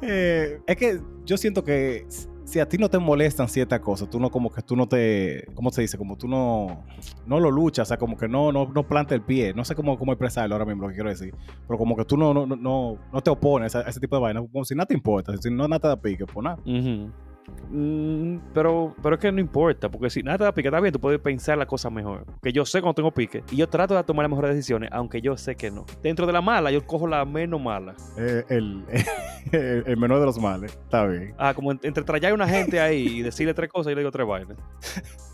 Eh, es que yo siento que si a ti no te molestan ciertas cosas, tú no como que tú no te, ¿cómo se dice? Como tú no, no lo luchas, o sea, como que no, no, no planta el pie, no sé cómo, cómo expresarlo ahora mismo lo que quiero decir, pero como que tú no, no, no- no, no te opones a, a ese tipo de vainas, como si nada te importa, si no nada te da pique, pues nada.
Ujú. Mm, pero, pero es que no importa, porque si nada te da pique, está bien, tú puedes pensar la cosa mejor. Que yo sé cuando tengo pique y yo trato de tomar las mejores decisiones, aunque yo sé que no. Dentro de la mala, yo cojo la menos mala.
Eh, el, el, menor de los males, está bien.
Ah, como en- entre trallar a una gente ahí y decirle tres cosas, yo le digo tres vainas.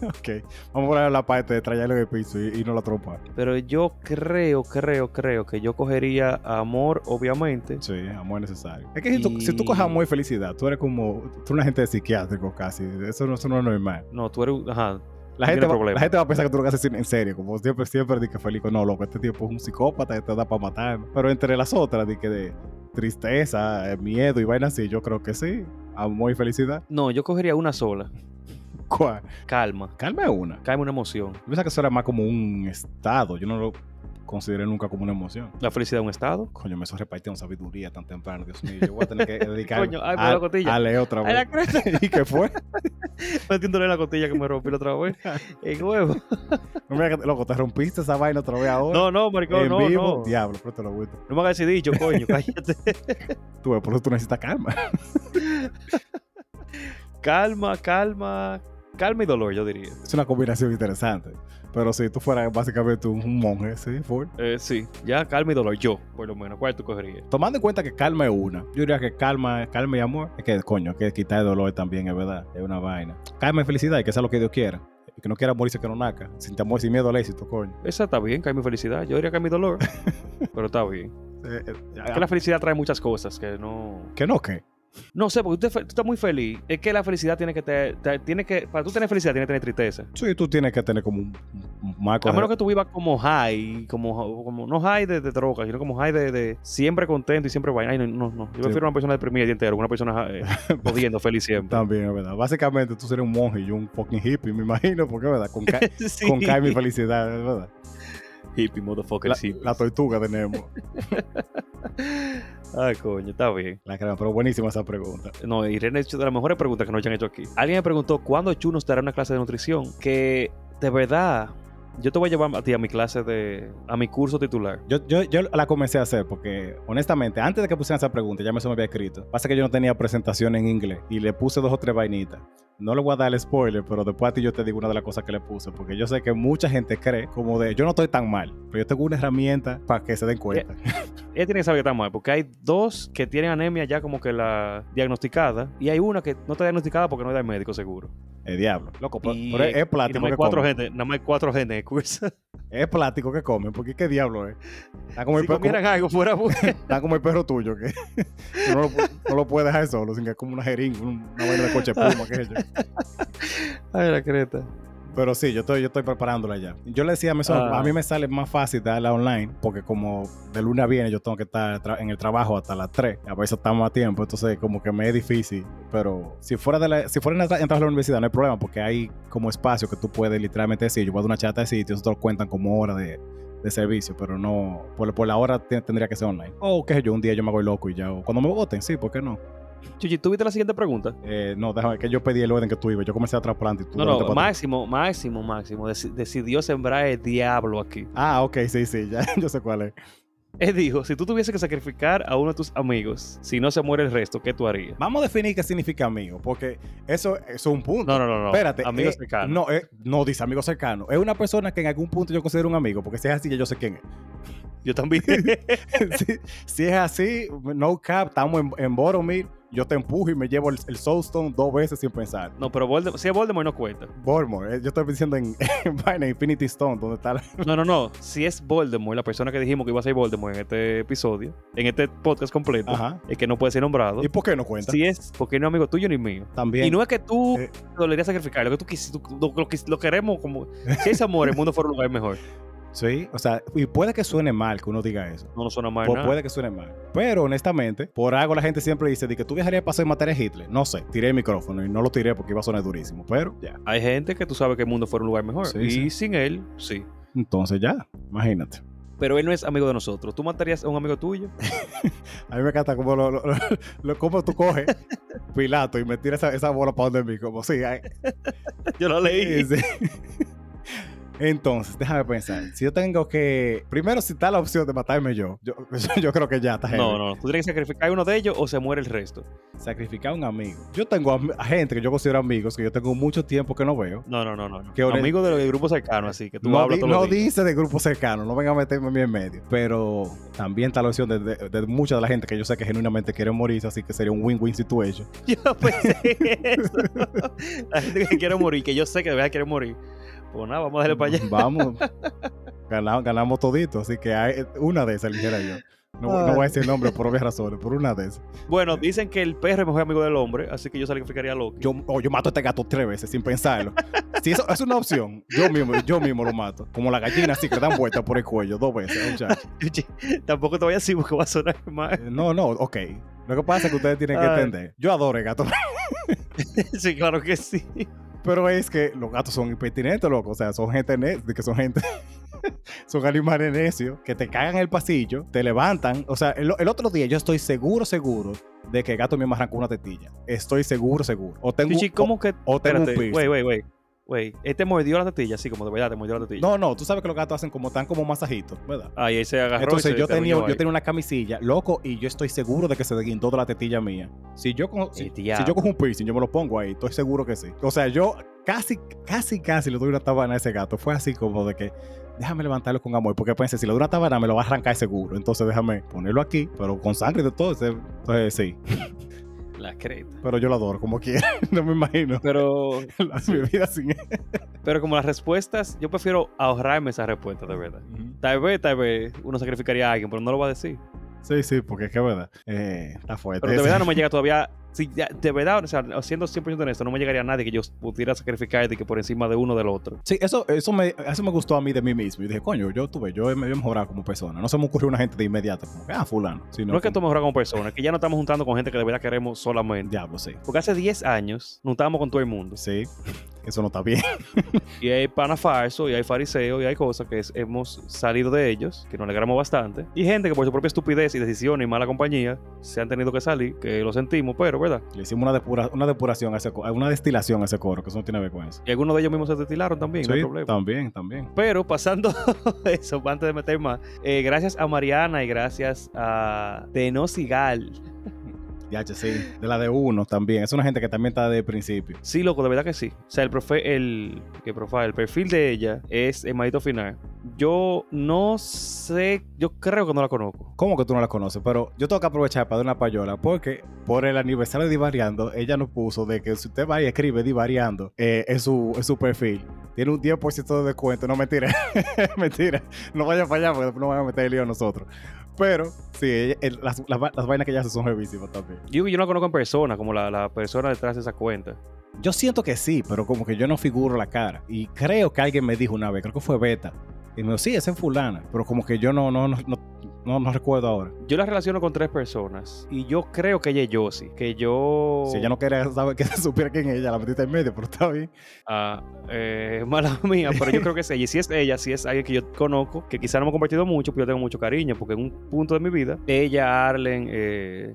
Ok, vamos a poner la parte de traerlo en el piso y, y no la trompa.
Pero yo creo, creo, creo que yo cogería amor, obviamente.
Sí, amor necesario. Es que si, tú,
Y-
si tú coges amor y felicidad, tú eres como, tú eres una gente de psiquiátrico casi, eso no, eso no es normal.
No, tú eres. un- Ajá. No
La gente,
tiene
va,
problema.
la gente va a pensar que tú lo que haces en en serio, como siempre, siempre di que feliz, no, loco, este tipo es un psicópata, este da para matar. Pero entre las otras, di que de tristeza, eh, miedo y vainas así, yo creo que sí. Amor y felicidad.
No, yo cogería una sola.
¿Cuál?
Calma.
Calma es una.
Calma una emoción.
Yo pensaba que eso era más como un estado. Yo no lo. consideré nunca como una emoción.
La felicidad de un estado.
Coño, me hizo repartir una sabiduría tan temprano, Dios mío. Yo voy a tener que dedicar
Coño, ay, me
a,
la cotilla.
a leer otra
Ay, la
vez.
creta.
¿Y qué fue?
Metiéndole la cotilla que me rompí la otra vez. El huevo.
No, mira, que- loco, te rompiste esa vaina otra vez ahora.
No, no, maricón,
en
no,
vivo,
no.
diablo, pero te lo gusto.
No me hagas ese dicho, coño, cállate.
Tú, ves, por eso tú necesitas calma.
calma, calma. Calma y dolor, yo diría.
Es una combinación interesante. Pero si tú fueras básicamente un, un monje, sí, full.
Eh, sí, ya calma y dolor, yo, por lo menos. ¿Cuál tú cogerías?
Tomando en cuenta que calma es una, yo diría que calma, calma y amor es que, coño, hay que quitar el dolor también, es verdad, es una vaina. Calma y felicidad, y que sea lo que Dios quiera. Y Que no quiera morirse que no naca, sin temor, sin miedo al éxito, coño.
Esa está bien, calma y felicidad. Yo diría calma y dolor. pero está bien.
Eh, eh,
Es que la felicidad trae muchas cosas que no.
Que no, que.
No sé, porque tú, te- tú estás muy feliz. Es que la felicidad tiene que. Te, te- tiene que para tú tener felicidad, tienes que tener tristeza.
Sí, tú tienes que tener como un, un marco.
A
de-
menos que tú vivas como high, como, como no high de, de droga, sino como high de, de siempre contento y siempre vaina. Ay, no, no, no. Yo prefiero una persona deprimida el día entero, una persona eh, jodiendo, feliz siempre.
También, es verdad. Básicamente tú serías un monje y yo un fucking hippie, me imagino, porque, es ¿verdad? Con, ca-
Sí.
con calma y felicidad, es ¿verdad?
Hippie, motherfucker,
La,
Pues sí.
la tortuga tenemos.
Ay, coño, está bien.
La crema, pero buenísima esa pregunta.
No, Irene ha hecho de las mejores preguntas que nos hayan hecho aquí. Alguien me preguntó cuándo Chu nos dará una clase de nutrición. Que de verdad, yo te voy a llevar a ti a mi clase de. a mi curso titular.
Yo, yo, yo la comencé a hacer porque, honestamente, antes de que pusieran esa pregunta, ya me se me había escrito. Pasa que yo no tenía presentación en inglés y le puse dos o tres vainitas. No le voy a dar el spoiler, pero después a ti yo te digo una de las cosas que le puse, porque yo sé que mucha gente cree como de, yo no estoy tan mal, pero yo tengo una herramienta para que se den cuenta.
Eh, Ella tiene que saber que está mal, porque hay dos que tienen anemia ya como que la diagnosticada, y hay una que no está diagnosticada porque no es del médico seguro.
El diablo. Loco, pero,
Y-
pero e, es, es
Y
plástico
nada más hay
que
cuatro
comen.
gente, nada más hay cuatro pues. gente en el curso.
Es plástico que comen, porque qué diablo eh. es. Está como,
si
el, perro,
comieran algo fuera pues. bueno.
está como el perro tuyo, que, que no, lo, no lo puedes dejar solo, sin que es como una jeringa, una vaina de coche puma, que
Ay, la creta.
Pero sí, yo estoy, yo estoy preparándola ya. Yo le decía a mi sobrino,
Ah.
a mí me sale más fácil darla online, porque como de lunes a viernes yo tengo que estar tra- en el trabajo hasta las 3, a veces estamos a tiempo, entonces como que me es difícil. Pero si fuera de la, si fuera en la- entrar a la universidad no hay problema, porque hay como espacio que tú puedes literalmente decir, yo voy a dar una chata de sitio, eso te lo cuentan como hora de, de servicio, pero no, por, por la hora te- tendría que ser online. O qué sé yo, un día yo me hago el loco y ya, o cuando me voten, sí, ¿por qué no?
Chuchi, ¿tú viste la siguiente pregunta?
Eh, no, déjame, que yo pedí el orden que tú ibas, yo comencé atrás para adelante y tú
No,
de adelante
no,
para atrás.
máximo, máximo, máximo. deci- decidió sembrar el diablo aquí.
Ah, ok, sí, sí, ya, yo sé cuál es.
Él dijo, si tú tuvieses que sacrificar a uno de tus amigos, si no se muere el resto, ¿qué tú harías?
Vamos a definir qué significa amigo, porque eso, eso es un punto.
No, no, no, no.
Espérate.
Amigo
eh,
cercano.
No, eh, no dice amigo cercano. Es una persona que en algún punto yo considero un amigo, porque si es así, ya yo sé quién
Yo también.
es. si, si es así, no cap, estamos en, en Boromir, yo te empujo y me llevo el, el Soulstone dos veces sin pensar.
no, pero Voldemort, si es Voldemort no cuenta.
Boromir, eh, yo estoy diciendo en, en vaina, Infinity Stone, donde está la-
No, no, no. Si es Voldemort, la persona que dijimos que iba a ser Voldemort en este episodio, en este podcast completo,
Ajá.
es que no puede ser nombrado.
¿Y por qué no cuenta?
Si es, porque no es amigo tuyo ni mío.
También.
Y no es que tú
Eh.
te dolería sacrificar, lo que tú quis- tú- lo, lo quis- lo queremos como. Si es amor, el mundo fuera un lugar mejor.
Sí, o sea, y puede que suene mal que uno diga eso.
No nos suena mal.
Pu-
nada.
Pues puede que suene mal. Pero honestamente, por algo la gente siempre dice de que tú viajarías para hacer matar a Hitler. No sé, tiré el micrófono y no lo tiré porque iba a sonar durísimo. Pero ya.
Hay gente que tú sabes que el mundo fuera un lugar mejor.
Sí,
y
sí.
sin él, sí.
Entonces ya, imagínate.
Pero él no es amigo de nosotros. ¿Tú matarías a un amigo tuyo?
A mí me encanta cómo, lo, lo- lo- cómo tú coges Pilato y me tiras esa, esa bola para donde mí. Como sí, ay,
Yo lo leí.
sí. Entonces, déjame pensar. Si yo tengo que. Primero, si está la opción de matarme yo, yo, yo creo que ya está. heavy.
No, no, tú tienes que sacrificar a uno de ellos o se muere el resto.
Sacrificar a un amigo. Yo tengo am- a gente que yo considero amigos, que yo tengo mucho tiempo que no veo.
No, no, no, no. no.
Qué honesto.
Amigo del grupo cercano, así que tú
no
hablas
di-
todos los
no
días.
dice de grupo cercano, no venga a meterme a mí en medio. Pero también está la opción de, de- de mucha de la gente que yo sé que genuinamente quiere morirse, así que sería un win-win situation.
Yo pensé eso. La gente que quiere morir, que yo sé que de verdad quiere morir. Pues nada, vamos a darle para allá.
Vamos. Ganamos, ganamos todito, así que hay una de esas, ligera yo. No, no voy a decir el nombre por obvias razones, por una de esas.
Bueno, dicen que el perro es mejor amigo del hombre, así que yo sacrificaría a Loki.
Yo, oh, yo mato a este gato tres veces sin pensarlo. Si eso es una opción, yo mismo, yo mismo lo mato. Como la gallina así que le dan vueltas por el cuello dos veces, muchacho.
Tampoco te vayas así porque va a sonar mal.
No, no, ok. Lo que pasa es que ustedes tienen que
Ay.
entender. Yo adoro el gato
Sí, claro que sí.
Pero es que los gatos son impertinentes, loco. O sea, son gente net, de que son gente son animales necios que te cagan el pasillo, te levantan. O sea, el, el otro día yo estoy seguro, seguro de que gato mío me arrancó una tetilla. Estoy seguro, seguro. O tengo,
Chichi, ¿cómo que...?
o, o tengo un
Espérate,
piercing.
güey, güey, güey. Güey, este mordió la tetilla, así como de verdad, te mordió la tetilla.
No, no, tú sabes que los gatos hacen como tan como masajitos, ¿verdad?
Ahí se agarró y
Entonces
se
yo tenía,
terminó ahí.
yo tenía una camisilla, loco, y yo estoy seguro de que se desguindó de la tetilla mía. Si yo, con, si,
El diablo.
si yo cojo un piercing, yo me lo pongo ahí, estoy seguro que sí. O sea, yo casi, casi, casi le doy una tabana a ese gato. Fue así como de que, déjame levantarlo con amor, porque pensé, si le doy una tabana me lo va a arrancar seguro. Entonces déjame ponerlo aquí, pero con sangre y de todo. ese- Entonces sí,
La creta.
pero yo lo adoro como quiera. no me imagino
Pero,
la- mi vida sin él.
pero como las respuestas, yo prefiero ahorrarme esas respuestas, de verdad. Tal vez, tal vez uno sacrificaría a alguien, pero no lo va a decir.
Sí, sí, porque es que es verdad. Eh, está fuerte.
Pero de
ese.
verdad no me llega todavía. Si ya- de verdad, o sea, siendo 100% honesto, no me llegaría a nadie que yo pudiera sacrificar de que por encima de uno o del otro.
Sí, eso, eso, me, eso me gustó a mí de mí mismo. Y dije, coño, yo tuve, yo me voy a mejorar como persona. No se me ocurrió una gente de inmediato, como que, ah, fulano. Sino
No, es que esto
como,
mejora como persona, es que ya no estamos juntando con gente que de verdad queremos solamente.
Diablo, sí.
Porque hace 10 años nos juntábamos con todo el mundo.
Sí, eso no está bien.
Y hay pana falso, y hay fariseos, y hay cosas que es- hemos salido de ellos, que nos alegramos bastante. Y gente que por su propia estupidez y decisiones y mala compañía se han tenido que salir, que lo sentimos, pero, ¿verdad?
Le hicimos una, depura, una depuración a ese coro, una destilación a ese coro, que eso no tiene que ver con eso.
Y algunos de ellos mismos se destilaron también, no hay
sí,
problema.
también, también.
Pero pasando eso, antes de meter más, eh, gracias a Mariana y gracias a Tenosigal.
Ya, sí. De la de uno también. Es una gente que también está de principio.
Sí, loco, de verdad que sí. O sea, el profe, el que profa, el perfil de ella es el maldito final. Yo no sé, yo creo que no la conozco.
¿Cómo que tú no la conoces? Pero yo tengo que aprovechar para dar una payola porque por el aniversario de Divariando, ella nos puso de que si usted va y escribe Divariando eh, en, su, en su perfil, tiene un 10% de descuento. No, mentira. mentira. No vaya para allá porque después nos van a meter el lío a nosotros. Pero sí, ella- el- las, las va- las vainas que ella hace son revísimas también.
Yo, yo no la conozco en persona, como la, la persona detrás de esa cuenta.
Yo siento que sí, pero como que yo no figuro la cara. Y creo que alguien me dijo una vez, creo que fue Beta. Y me dijo, sí, ese es fulana. Pero como que yo no, no, no, no, no, no recuerdo ahora.
Yo la relaciono con tres personas y yo creo que ella es Yossi, que yo...
Si ella no quería saber que supiera quién es ella, la metiste en medio, pero está bien.
Ah, eh, mala mía, pero yo creo que es ella. Y si es ella, si es alguien que yo conozco, que quizá no hemos compartido mucho, pero yo tengo mucho cariño, porque en un punto de mi vida, ella, Arlen, eh,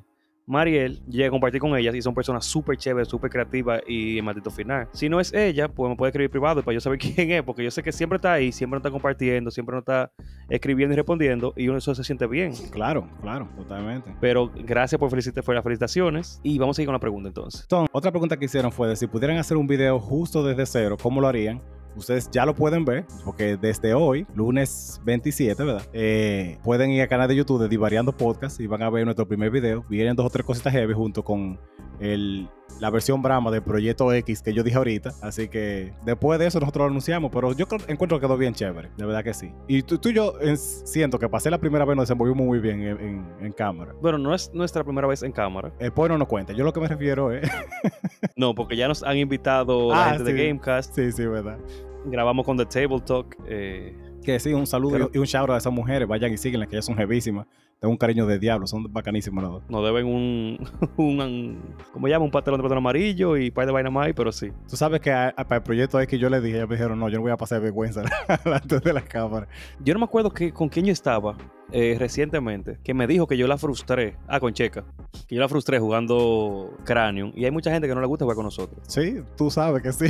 Mariel, yo llegué a compartir con ellas y son personas súper chéveres, súper creativas y en maldito final. Si no es ella, pues me puede escribir privado para yo saber quién es, porque yo sé que siempre está ahí, siempre no está compartiendo, siempre no está escribiendo y respondiendo, y uno eso se siente bien.
Claro, claro, totalmente.
Pero gracias por, felicite- por las felicitaciones y vamos a seguir con la pregunta entonces.
Entonces, otra pregunta que hicieron fue de si pudieran hacer un video justo desde cero, ¿cómo lo harían? Ustedes ya lo pueden ver, porque desde hoy, lunes 27, ¿verdad? Eh, pueden ir al canal de YouTube de Divariando Podcast y van a ver nuestro primer video. Vienen dos o tres cositas heavy junto con el- la versión Brahma del Proyecto X que yo dije ahorita. Así que después de eso nosotros lo anunciamos, pero yo creo- encuentro que quedó bien chévere, de verdad que sí. Y tú, tú y yo eh, siento que pasé la primera vez, nos desenvolvimos muy bien en, en- en cámara.
Bueno, no es nuestra primera vez en cámara.
El pues no nos cuenta. Yo lo que me refiero es...
No, porque ya nos han invitado la
Ah,
gente
sí.
de Gamecast.
sí, sí, ¿verdad?
Grabamos con The Table Talk. eh,
Que sí, un saludo
Claro.
y un shout a esas mujeres. Vayan y síguenlas, que ellas son jevísimas. Tengo un cariño de diablo, son bacanísimas las dos.
nos deben un, un, ¿Cómo se llama? Un pastelón de plátano amarillo y par de vainas más, pero sí.
Tú sabes que a- a- para el proyecto X yo les dije, ellas me dijeron, no, yo no voy a pasar vergüenza delante de la cámara.
Yo no me acuerdo que, con quién yo estaba eh, recientemente, que me dijo que yo la frustré. Ah, con Checa. Que yo la frustré jugando Cranium. Y hay mucha gente que no le gusta jugar con nosotros.
Sí, tú sabes que sí.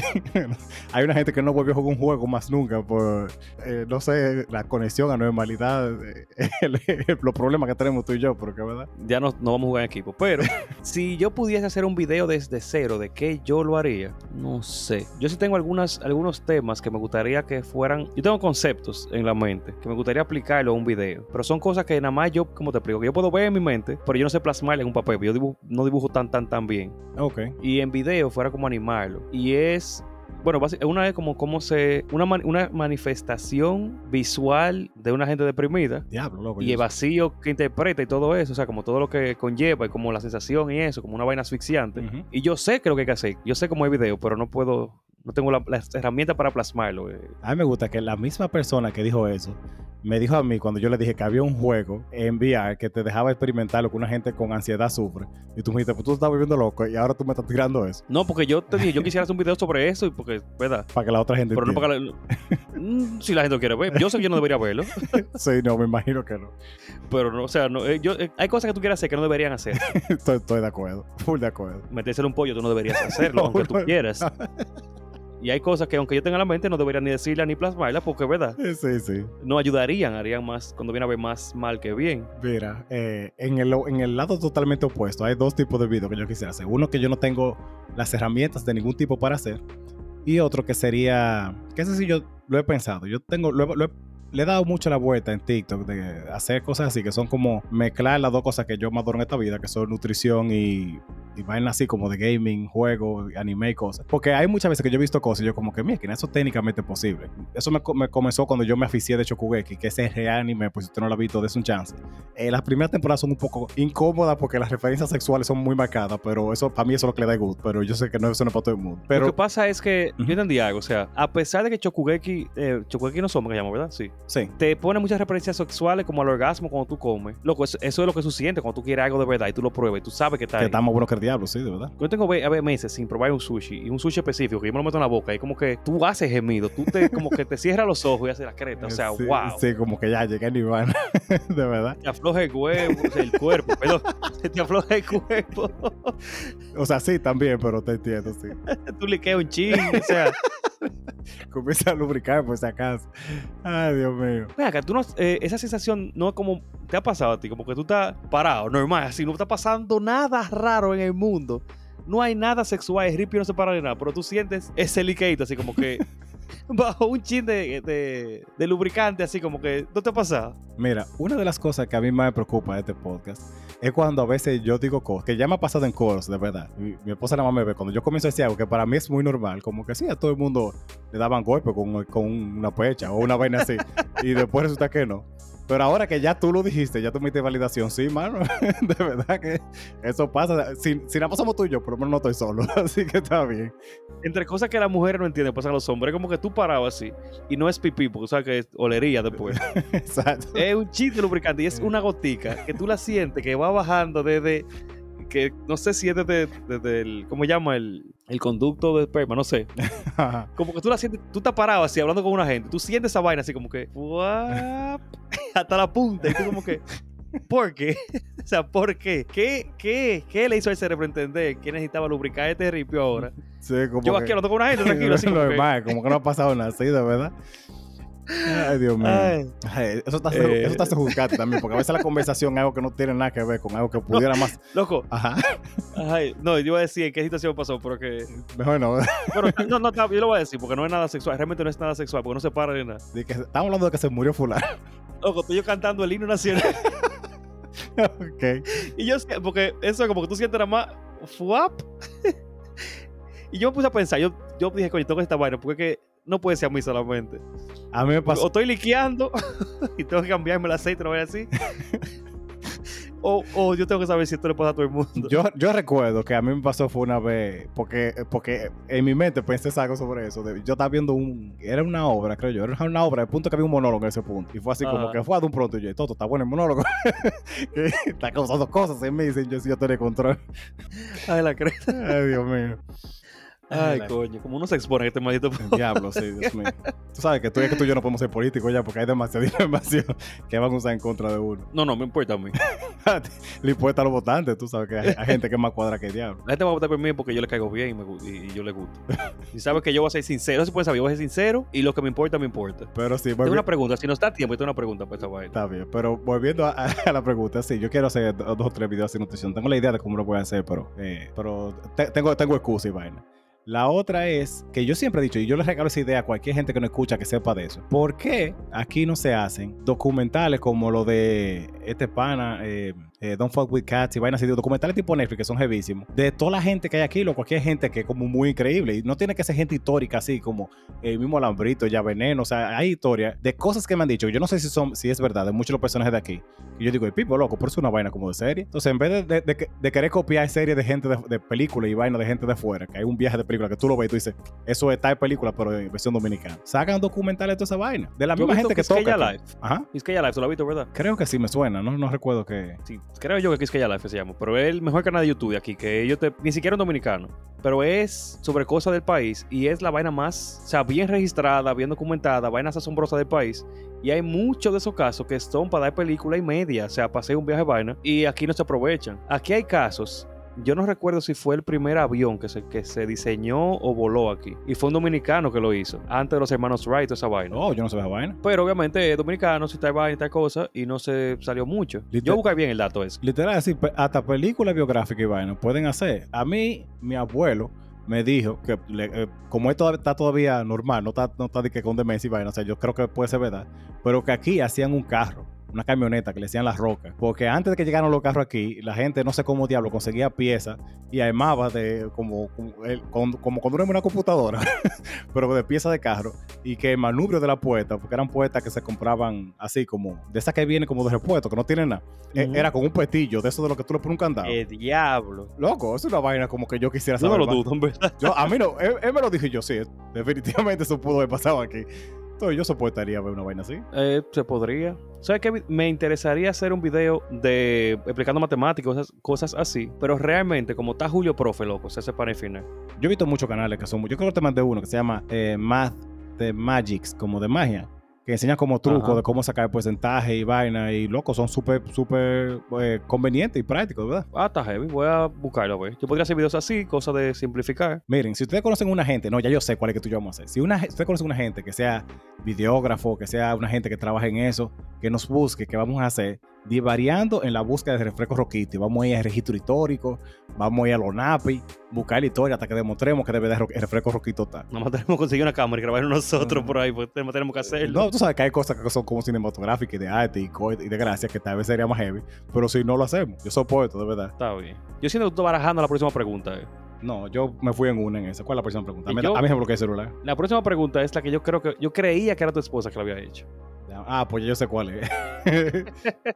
Hay una gente que no volvió a jugar un juego más nunca por, eh, no sé, la conexión, la normalidad, eh, el- el- los problemas que tenemos tú y yo, porque, ¿verdad?
Ya no, no vamos a jugar en equipo. Pero si yo pudiese hacer un video desde cero de qué yo lo haría, no sé. Yo sí tengo algunas, algunos temas que me gustaría que fueran. Yo tengo conceptos en la mente que me gustaría aplicarlo a un video. Pero son cosas que nada más yo, como te explico, que yo puedo ver en mi mente, pero yo no sé plasmarla en un papel. porque Yo dibu- no dibujo tan, tan, tan bien.
Ok.
Y en video fuera como animarlo. Y es. Bueno, basi- una es como, como se. Una, man- una manifestación visual de una gente deprimida
Diablo, loco.
y
yo-
el vacío que interpreta y todo eso, o sea, como todo lo que conlleva y como la sensación y eso, como una vaina asfixiante.
Ujú.
Y yo sé que lo que hay que hacer, yo sé cómo es el video, pero no puedo, no tengo la- las herramientas para plasmarlo. eh.
A mí me gusta que la misma persona que dijo eso me dijo a mí cuando yo le dije que había un juego en VR que te dejaba experimentar lo que una gente con ansiedad sufre. Y tú me dijiste, pues tú estás viviendo loco y ahora tú me estás tirando eso
No, porque yo te dije, yo quisiera hacer un video sobre eso, y porque, ¿verdad?
para que la otra gente.
Pero no
entienda.
para que la- Mm, si la gente lo quiere ver. Yo sé que yo no debería verlo,
Sí, no, me imagino que no.
pero no, o sea, no, eh, yo, eh, hay cosas que tú quieras hacer que no deberían hacer.
Estoy, estoy de acuerdo, full de acuerdo.
Meterse en un pollo tú no deberías hacerlo,
No,
aunque tú
no.
quieras. Y hay cosas que aunque yo tenga en la mente no debería ni decirla ni plasmarla porque, ¿verdad?
Sí, sí.
No ayudarían, harían más, cuando viene a ver más mal que bien.
Mira, eh, en, el, en el lado totalmente opuesto hay dos tipos de videos que yo quisiera hacer. Uno que yo no tengo las herramientas de ningún tipo para hacer. Y otro que sería, qué sé si yo lo he pensado. Yo tengo, lo he- lo he- le he dado mucho la vuelta en TikTok de hacer cosas así que son como mezclar las dos cosas que yo más adoro en esta vida, que son nutrición y, y vainas así como de gaming, juego, anime y cosas. Porque hay muchas veces que yo he visto cosas y yo como que, mira, eso es técnicamente posible. Eso me, co- me comenzó cuando yo me aficié de Chokugeki, que ese reanime, pues si usted no lo ha visto, des un chance. Eh, las primeras temporadas son un poco incómodas porque las referencias sexuales son muy marcadas, pero eso para mí eso es lo que le da gusto, pero yo sé que no, eso no es para todo el mundo. Pero,
lo que pasa es que,
Ujú.
yo entendí algo, o sea, a pesar de que Chokugeki, eh, Chokugeki no somos que llamo, ¿verdad? Sí.
sí.
Te pone muchas referencias sexuales como al orgasmo cuando tú comes. Loco, eso, eso es lo que tú sientes cuando tú quieres algo de verdad y tú lo pruebas y tú sabes que está
Que
ahí.
estamos buenos que el diablo, sí, de verdad.
Yo tengo ve- a ver, meses sin probar un sushi y un sushi específico que yo me lo meto en la boca y como que tú haces gemido, tú te como que te cierras los ojos y haces la creta, o sea,
Sí,
wow.
Sí, como que ya llegué a Nirvana, de verdad.
Te afloja el huevo, o sea, el cuerpo, perdón, se te afloja el cuerpo,
O sea, sí, también, pero te entiendo, sí.
tú le quedas un ching, o sea,
Comienza a lubricar por si acaso. Ay, Dios mío.
ven acá, tú no, eh, esa sensación no es como, te ha pasado a ti, como que tú estás parado, normal, así, no está pasando nada raro en el mundo, no hay nada sexual, el ripio no se para de nada, pero tú sientes ese liqueito, así como que bajo un chin de, de- de lubricante, así como que, ¿no te ha pasado?
Mira, una de las cosas que a mí más me preocupa de este podcast es cuando a veces yo digo cosas, que ya me ha pasado en coros, de verdad. Mi, mi esposa nada más me ve, cuando yo comienzo a decir algo que para mí es muy normal, como que sí, a todo el mundo le daban golpe con, con una pecha o una vaina así, y después resulta que no. Pero ahora que ya tú lo dijiste, ya tú me diste validación, sí, mano, de verdad que eso pasa. Si, si la pasamos tú y yo, por lo menos no estoy solo, así que está bien.
entre cosas que las mujeres no entienden, pasan a los hombres, como que tú parado así, y no es pipí, porque sabes que es olería después.
Exacto.
es un chiste lubricante y es una gotica que tú la sientes que va bajando desde, que no sé si es desde, desde el, ¿cómo llama? El, el conducto de esperma, no sé. Como que tú la sientes, tú estás parado así hablando con una gente, tú sientes esa vaina así como que, "Guap", hasta la punta, y tú como que... ¿Por qué? O sea, ¿por qué? ¿Qué, qué, qué le hizo al cerebro entender que necesitaba lubricar este ripio ahora?
Sí, como
Yo
que-
aquí hablando con una gente tranquilo, así como que-
normal, como que no ha pasado nada así, de verdad. Ay, Dios mío.
Ay.
Ay, eso está
Eh.
eso está sofocante también, porque a veces la conversación es algo que no tiene nada que ver con algo que pudiera más.
Loco,
Ajá.
ay, no, yo iba a decir en qué situación pasó, pero que.
Mejor no.
Pero no, no, yo lo voy a decir porque no es nada sexual, realmente no es nada sexual, porque no se para ni nada.
De que- estamos hablando de que se murió fulano.
Loco, estoy yo cantando el himno nacional
ok.
y yo, sé- porque eso como que tú sientes nada más, fuap. Y yo me puse a pensar, yo, yo dije, coño, tengo esta vaina, porque es que no puede ser a mí solamente.
A mí me
O
pasó.
estoy liqueando y tengo que cambiarme el aceite, no voy así. O, o yo tengo que saber si esto le pasa a todo el mundo.
Yo, yo recuerdo que a mí me pasó fue una vez, porque, porque en mi mente pensé algo sobre eso. de- yo estaba viendo un, era una obra, creo yo, era una obra, el punto que había un monólogo en ese punto. Y fue así como
Ajá.
que fue a de un pronto y yo, Toto, está bueno el monólogo. está causando cosas en mí, dicen yo, si yo tenía control.
Ay, la cresta.
Ay, Dios mío.
Ay,
la-
coño, como uno se expone en este maldito.
Diablo, sí, Dios mío. Tú sabes que tú, es que tú y yo no podemos ser políticos ya porque hay demasiada información que van a usar en contra de uno.
No, no, me importa a mí.
Le importa a los votantes, tú sabes que hay, hay gente que es más cuadra que el diablo.
La gente va a votar por mí porque yo le caigo bien y, me gu- y- y yo le gusto. Y sabe que yo voy a ser sincero, no se puede saber, yo voy a ser sincero y lo que me importa, me importa.
Pero sí,
Tengo
volvi-
una pregunta, si no está tiempo, yo tengo una pregunta para esta vaina.
está bien. Pero volviendo a, a la pregunta, sí, yo quiero hacer do- dos o tres videos de nutrición. Tengo la idea de cómo lo voy a hacer, pero, eh, pero te- tengo, tengo excusa y vaina. La otra es que yo siempre he dicho, y yo les regalo esa idea a cualquier gente que no escucha que sepa de eso. ¿Por qué aquí no se hacen documentales como lo de este pana, eh, eh, Don't Fuck With Cats y vainas así, documentales tipo Netflix que son heavísimos. De toda la gente que hay aquí, loco, aquí hay gente que es como muy increíble. Y no tiene que ser gente histórica así, como el eh, mismo Alambrito, Ya Veneno. O sea, hay historias de cosas que me han dicho. Yo no sé si son, si es verdad, de muchos de los personajes de aquí. Y yo digo, el pipo, loco, por eso es una vaina como de serie. Entonces, en vez de, de- de que- de querer copiar series de gente de, de película y vaina de gente de fuera, que hay un viaje de película que tú lo ves y tú dices, eso es tal película, pero en versión dominicana. Sacan documentales de toda esa vaina. De la
Yo he
misma
visto
gente que
Quisqueya
toca. aquí.
Live.
Ajá.
Quisqueya Live, tú lo has visto, ¿verdad?
Creo que sí me suena, no, no recuerdo que.
Sí, creo yo que Quisqueya Life se llama, pero es el mejor canal de YouTube de aquí, que ellos te, ni siquiera un dominicano, pero es sobre cosas del país y es la vaina más, o sea, bien registrada, bien documentada, vainas asombrosas del país. Y hay muchos de esos casos que son para dar película y media, o sea, pasé un viaje de vaina y aquí no se aprovechan. Aquí hay casos. Yo no recuerdo si fue el primer avión que se, que se diseñó o voló aquí. Y fue un dominicano que lo hizo. Antes de los hermanos Wright, toda esa vaina.
No, yo no sé esa vaina.
Pero obviamente es dominicano, si está vaina y tal cosa, y no se salió mucho.
Liter-
Yo busqué bien el dato ese.
Literal, así, pe- hasta películas biográficas y vainas pueden hacer. A mí, mi abuelo me dijo que, le- eh, como esto está todavía normal, no está, no está de que con demencia y vaina, o sea, yo creo que puede ser verdad, pero que aquí hacían un carro. Una camioneta que le hacían las rocas. Porque antes de que llegaron los carros aquí, la gente, no sé cómo diablo, conseguía piezas y armaba de como, como, el- con- como cuando uno arma una computadora, pero de piezas de carro. Y que el manubrio de la puerta, porque eran puertas que se compraban así como, de esas que vienen como de repuesto, que no tienen nada. E-
Ujú.
Era con un petillo, de eso de lo que tú le pones un candado.
¡Qué diablo!
Loco, es una vaina como que yo quisiera
Yo no lo
saber. más.
dudo, en verdad.
Yo- a mí no, él, él me lo dijo y yo, sí, definitivamente eso pudo haber pasado aquí. Entonces yo soportaría ver una vaina así.
Eh, se podría. ¿Sabes qué? Me interesaría hacer un video de explicando matemáticas, cosas, cosas así. Pero realmente, como está Julio Profe, loco, se hace para el final.
Yo he visto muchos canales que son, muy- yo creo que te mandé uno que se llama eh, Math de Magics, como de magia, que enseña como trucos
Ajá.
de cómo sacar porcentaje y vaina y loco, son súper, súper eh, convenientes y prácticos, ¿verdad?
Ah, está heavy. Voy a buscarlo, güey. Yo podría hacer videos así, cosas de simplificar.
Miren, si ustedes conocen una gente, no, ya yo sé cuál es que tú y yo vamos a hacer. Si una, gen- ustedes conocen una gente que sea videógrafo, que sea una gente que trabaje en eso, que nos busque, que vamos a hacer, divariando en la búsqueda de refrescos roquitos. Y Vamos a ir al registro histórico, vamos a ir a los NAPI, buscar la historia hasta que demostremos que de verdad el ro- el refresco roquito está.
Nada más tenemos que conseguir una cámara y grabar nosotros
Ah.
por ahí, porque tenemos tenemos que hacerlo.
No, tú sabes que hay cosas que son como cinematográficas y de arte y, co- y de gracia que tal vez sería más heavy, pero si no lo hacemos, yo soporto, de verdad.
Está bien. Yo siento que tú estás barajando la próxima pregunta. eh.
No, yo me fui en una en esa. ¿Cuál es la próxima pregunta? A
¿Y
mí,
yo?
a mí se bloqueó el celular.
La próxima pregunta es la que yo creo que. Yo creía que era tu esposa que la había hecho.
Ah, pues yo sé cuál es.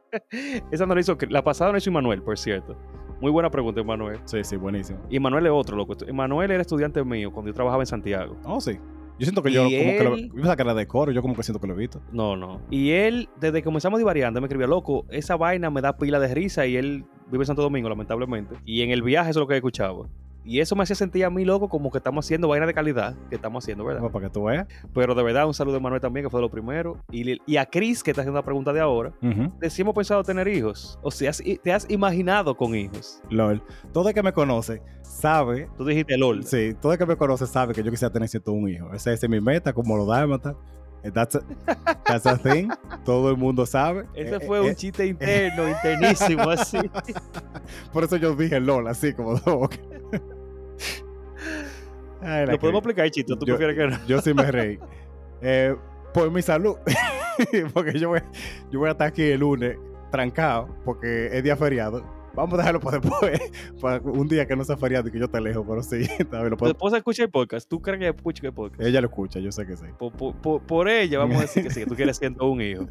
Esa no la hizo. La pasada no hizo Manuel, por cierto. Muy buena pregunta, Manuel.
sí, sí, buenísimo.
Y Manuel es otro, loco. Estu- Manuel era estudiante mío cuando yo trabajaba en Santiago.
Oh, sí. Yo siento que yo
Y
como que lo
él-
yo pensaba que era de coro, yo como que siento que lo he visto.
No, no. Y él, desde que comenzamos divariando, me escribía, loco, esa vaina me da pila de risa y él vive en Santo Domingo, lamentablemente. Y en el viaje eso es lo que escuchaba. Y eso me hacía sentir a mí, loco, como que estamos haciendo vaina de calidad, que estamos haciendo, ¿verdad?
Bueno, para que tú veas.
Pero de verdad, un saludo a Manuel también, que fue de lo primero. Y, le- y a Chris, que está haciendo la pregunta de ahora.
Ujú.
de si hemos pensado tener hijos. O si has- te has imaginado con hijos.
LOL. Todo el que me conoce sabe,
Tú dijiste, LOL.
sí, todo el que me conoce sabe que yo quisiera tener 101 hijos. Esa, esa es mi meta, como lo dálmata. Eh, That's a, that's a thing. Todo el mundo sabe.
Ese
Eh,
fue
eh,
un
eh,
chiste interno, internísimo, así.
Por eso yo dije LOL, así como de boca. Ay, la
Lo podemos
que-
aplicar, chito. ¿Tú
Yo-
prefieres que no?
Yo sí me reí. Eh, por mi salud. porque yo voy, yo voy a estar aquí el lunes trancado porque es día feriado. Vamos a dejarlo para después. Para un día que no sea feriado y que yo te lejos, pero sí. tal vez lo
Tu
puedo-
esposa escucha el podcast. ¿Tú crees que escucha el podcast?
Ella lo escucha, yo sé que sí.
Por, por- por- por ella, vamos a decir que sí, que tú quieres siendo un hijo.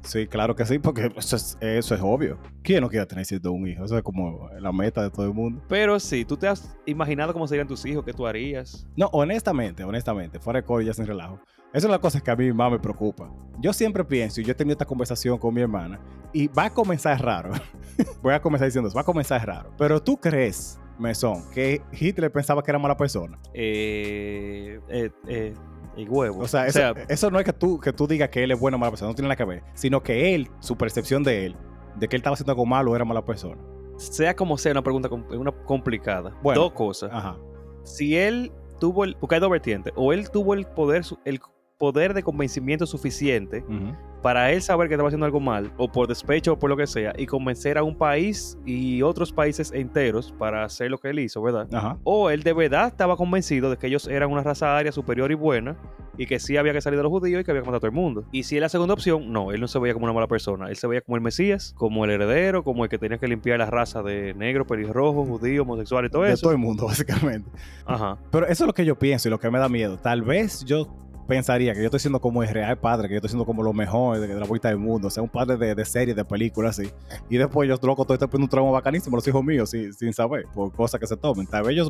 Sí, claro que sí, porque eso es, eso es obvio. ¿Quién no quiere tener siendo un hijo? Eso es como la meta de todo el mundo.
Pero sí, tú te has imaginado cómo serían tus hijos, qué tú harías.
No, honestamente, honestamente, fuera de core ya sin relajo. Esa es la cosa que a mí más me preocupa. Yo siempre pienso, y yo he tenido esta conversación con mi hermana, y va a comenzar raro. Voy a comenzar diciendo eso, va a comenzar raro. Pero tú crees, Mesón, que Hitler pensaba que era mala persona.
Eh, eh, eh, y huevo.
O sea, eso, eso no es que tú, que tú digas que él es bueno o mala persona, no tiene nada que ver, sino que él, su percepción de él, de que él estaba haciendo algo malo, era mala persona.
sea como sea, una pregunta com- una complicada.
Bueno. ah.
Dos cosas.
Ajá.
si él tuvo el, porque hay dos vertientes, o él tuvo el poder, su- el poder de convencimiento suficiente
Ujú.
para él saber que estaba haciendo algo mal, o por despecho o por lo que sea, y convencer a un país y otros países enteros para hacer lo que él hizo, ¿verdad?
Ajá.
O él de verdad estaba convencido de que ellos eran una raza aria superior y buena, y que sí había que salir de los judíos y que había que matar a todo el mundo. Y si es la segunda opción, no, él no se veía como una mala persona, él se veía como el Mesías, como el heredero, como el que tenía que limpiar la raza de negro, pelirrojo, judío, homosexual y todo
de
eso.
todo el mundo, básicamente.
Ajá.
Pero eso es lo que yo pienso y lo que me da miedo. Tal vez yo pensaría que yo estoy siendo como el real padre, que yo estoy siendo como lo mejor de, de la vuelta del mundo, o sea, un padre de, de series, de películas, así. Y después yo, loco, estoy teniendo un trauma bacanísimo a los hijos míos sin, sin saber, por cosas que se tomen. Tal vez yo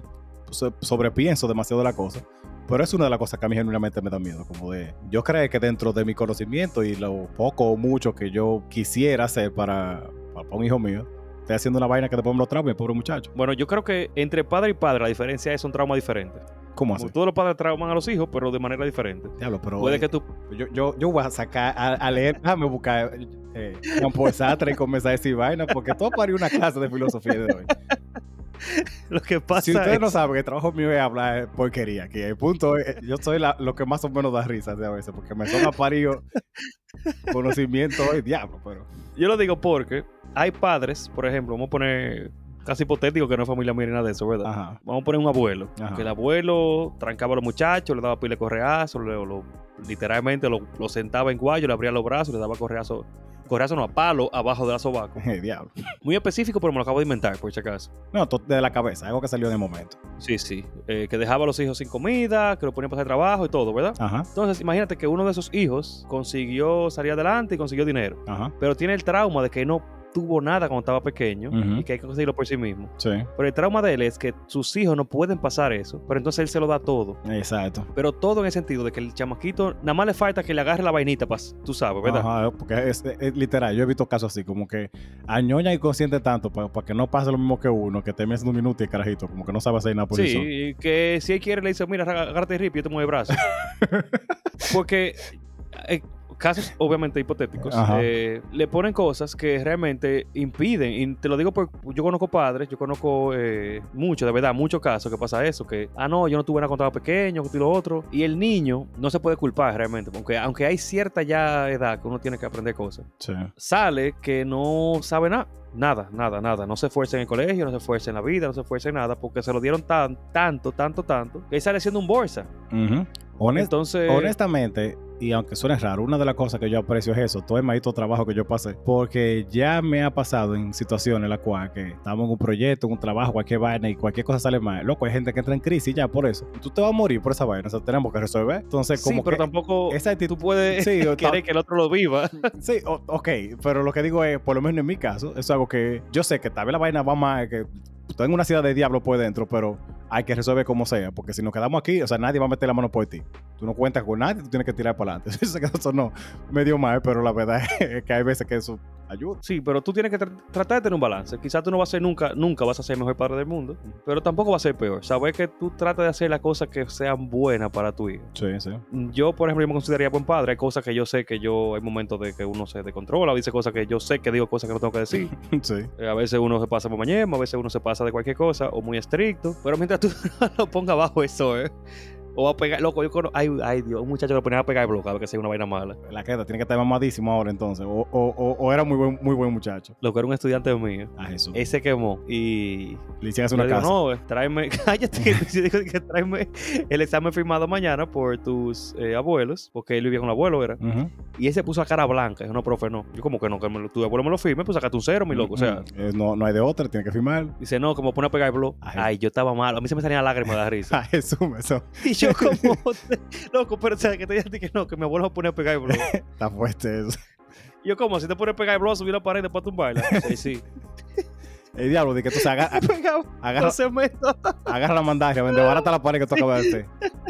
so- sobrepienso demasiado la cosa. Pero es una de las cosas que a mí genuinamente me da miedo, como de, yo creo que dentro de mi conocimiento y lo poco o mucho que yo quisiera hacer para, para un hijo mío, estoy haciendo una vaina que después me lo trauma, el pobre muchacho.
Bueno, yo creo que entre padre y padre la diferencia es un trauma diferente. Como
¿Cómo hace?
todos los padres trauman a los hijos, pero de manera diferente.
Diablo, pero...
Puede
eh,
que tú
Yo, yo, yo voy a sacar, a, a leer, déjame buscar eh, Juan Paul Sartre y comenzar a decir vaina, porque todo parió una clase de filosofía de hoy.
lo que pasa
si ustedes
es-
no saben que el trabajo mío es hablar porquería, que el punto es, yo soy la- lo que más o menos da risa de a veces, porque me son parido conocimiento hoy, diablo, pero
Yo lo digo porque hay padres, por ejemplo, vamos a poner casi hipotético que no es familia mía ni nada de eso, ¿verdad?
ajá.
Vamos a poner un abuelo.
Ajá.
Que el abuelo trancaba a los muchachos, le daba pile de correazo, le- lo- literalmente lo, lo sentaba en guayo, le abría los brazos, le daba correazo, correazo no, a palo abajo de la sobaco.
Eh, diablo.
Muy específico, pero me lo acabo de inventar, por si acaso.
No, to- de la cabeza, algo que salió en el momento.
Sí, sí. Eh, que dejaba a los hijos sin comida, que lo ponía a pasar trabajo y todo, ¿verdad?
Ajá,
Entonces, imagínate que uno de esos hijos consiguió salir adelante y consiguió dinero.
ajá,
pero tiene el trauma de que no tuvo nada cuando estaba pequeño
Ujú.
y que hay que conseguirlo por sí mismo.
sí,
Pero el trauma de él es que sus hijos no pueden pasar eso, pero entonces él se lo da todo.
exacto.
Pero todo en el sentido de que el chamaquito nada más le falta que le agarre la vainita, pa- tú sabes, ¿verdad?
Ajá, porque es, es literal, yo he visto casos así, como que añoña y consciente tanto para que no pase lo mismo que uno, que termine siendo un minuto y el carajito, como que no sabe hacer nada por
Sí,
eso.
y que si él quiere le dice, mira, aga- agárrate el rip, yo te muevo el brazo. Porque eh, casos obviamente hipotéticos,
Ajá.
eh, le ponen cosas que realmente impiden. Y te lo digo porque yo conozco padres, yo conozco eh, mucho, de verdad, muchos casos que pasa eso, que, ah, no, yo no tuve nada contado pequeño, que esto y lo otro. Y el niño no se puede culpar realmente, porque aunque hay cierta ya edad que uno tiene que aprender cosas
Sí.
sale que no sabe nada. Nada, nada, nada. No se esfuerza en el colegio, no se esfuerza en la vida, no se esfuerza en nada, porque se lo dieron tan, tanto, tanto, tanto, que ahí sale siendo un bolsa.
Ujú. Honest-
Entonces,
honestamente, y aunque suene raro, una de las cosas que yo aprecio es eso, todo el maldito trabajo que yo pasé, porque ya me ha pasado en situaciones en las cuales que estamos en un proyecto, en un trabajo, cualquier vaina y cualquier cosa sale mal. Loco, hay gente que entra en crisis ya por eso. Tú te vas a morir por esa vaina, o sea, tenemos que resolver. Entonces,
sí,
como
pero
que
tampoco
esa actitud...
tú puedes
Sí, o ta-
querer que el otro lo viva.
Sí, o- ok, pero lo que digo es, por lo menos en mi caso, eso es algo que yo sé que tal vez la vaina va más, que tengo una ciudad de diablo por dentro, pero hay que resolver como sea, porque si nos quedamos aquí, o sea, nadie va a meter la mano por ti. Tú no cuentas con nadie, tú tienes que tirar para adelante. Yo sé que eso no medio mal, pero la verdad es que hay veces que eso ayuda.
Sí, pero tú tienes que tra- tratar de tener un balance. Quizás tú no vas a ser nunca, nunca vas a ser el mejor padre del mundo, pero tampoco vas a ser peor. Saber que tú tratas de hacer las cosas que sean buenas para tu hijo.
Sí, sí.
yo, por ejemplo, yo me consideraría buen padre. Hay cosas que yo sé que yo, hay momentos de que uno se descontrola, dice cosas que yo sé que digo cosas que no tengo que decir.
Sí.
Eh, A veces uno se pasa por mañana, a veces uno se pasa de cualquier cosa, o muy estricto. Pero mientras tú no lo pongas bajo eso, ¿eh? O a pegar, loco, yo conozco, ay, ay Dios, un muchacho que lo ponía a pegar el bloque, a ver que sea una vaina mala.
La queda tiene que estar mamadísimo ahora entonces, o, o- o- o era muy buen, muy buen muchacho.
Lo que era un estudiante mío.
A Jesús.
Él se quemó y
Le hicieron hacer
yo
una
digo,
casa.
no, eh, tráeme, cállate, yo digo que tráeme el examen firmado mañana por tus eh, abuelos, porque él vivía con un abuelo, era.
Ujú.
Y ese puso a cara blanca. Dijo, no, profe, no. Yo como que no, que me lo, tu abuelo me lo firme, pues sacaste un cero, mi loco. O sea,
Eh, no, no hay de otra, tiene que firmar.
dice, no, como pone a pegar el blog.
Ay.
Ay, yo estaba malo. A mí se me salían lágrimas de la risa.
A Jesús, eso
y yo como, loco, pero o sea, que te dije a ti que no, que mi abuelo me pone a pegar el blog.
está fuerte eso.
Y yo como, si te pone a pegar el blog, subí la pared y después tumbarla. Sí, sí.
El diablo, de que tú se agarra,
Pegaba
agarra,
con cemento.
agarra la mandaria, vende barata la pared que tú acabas de hacer.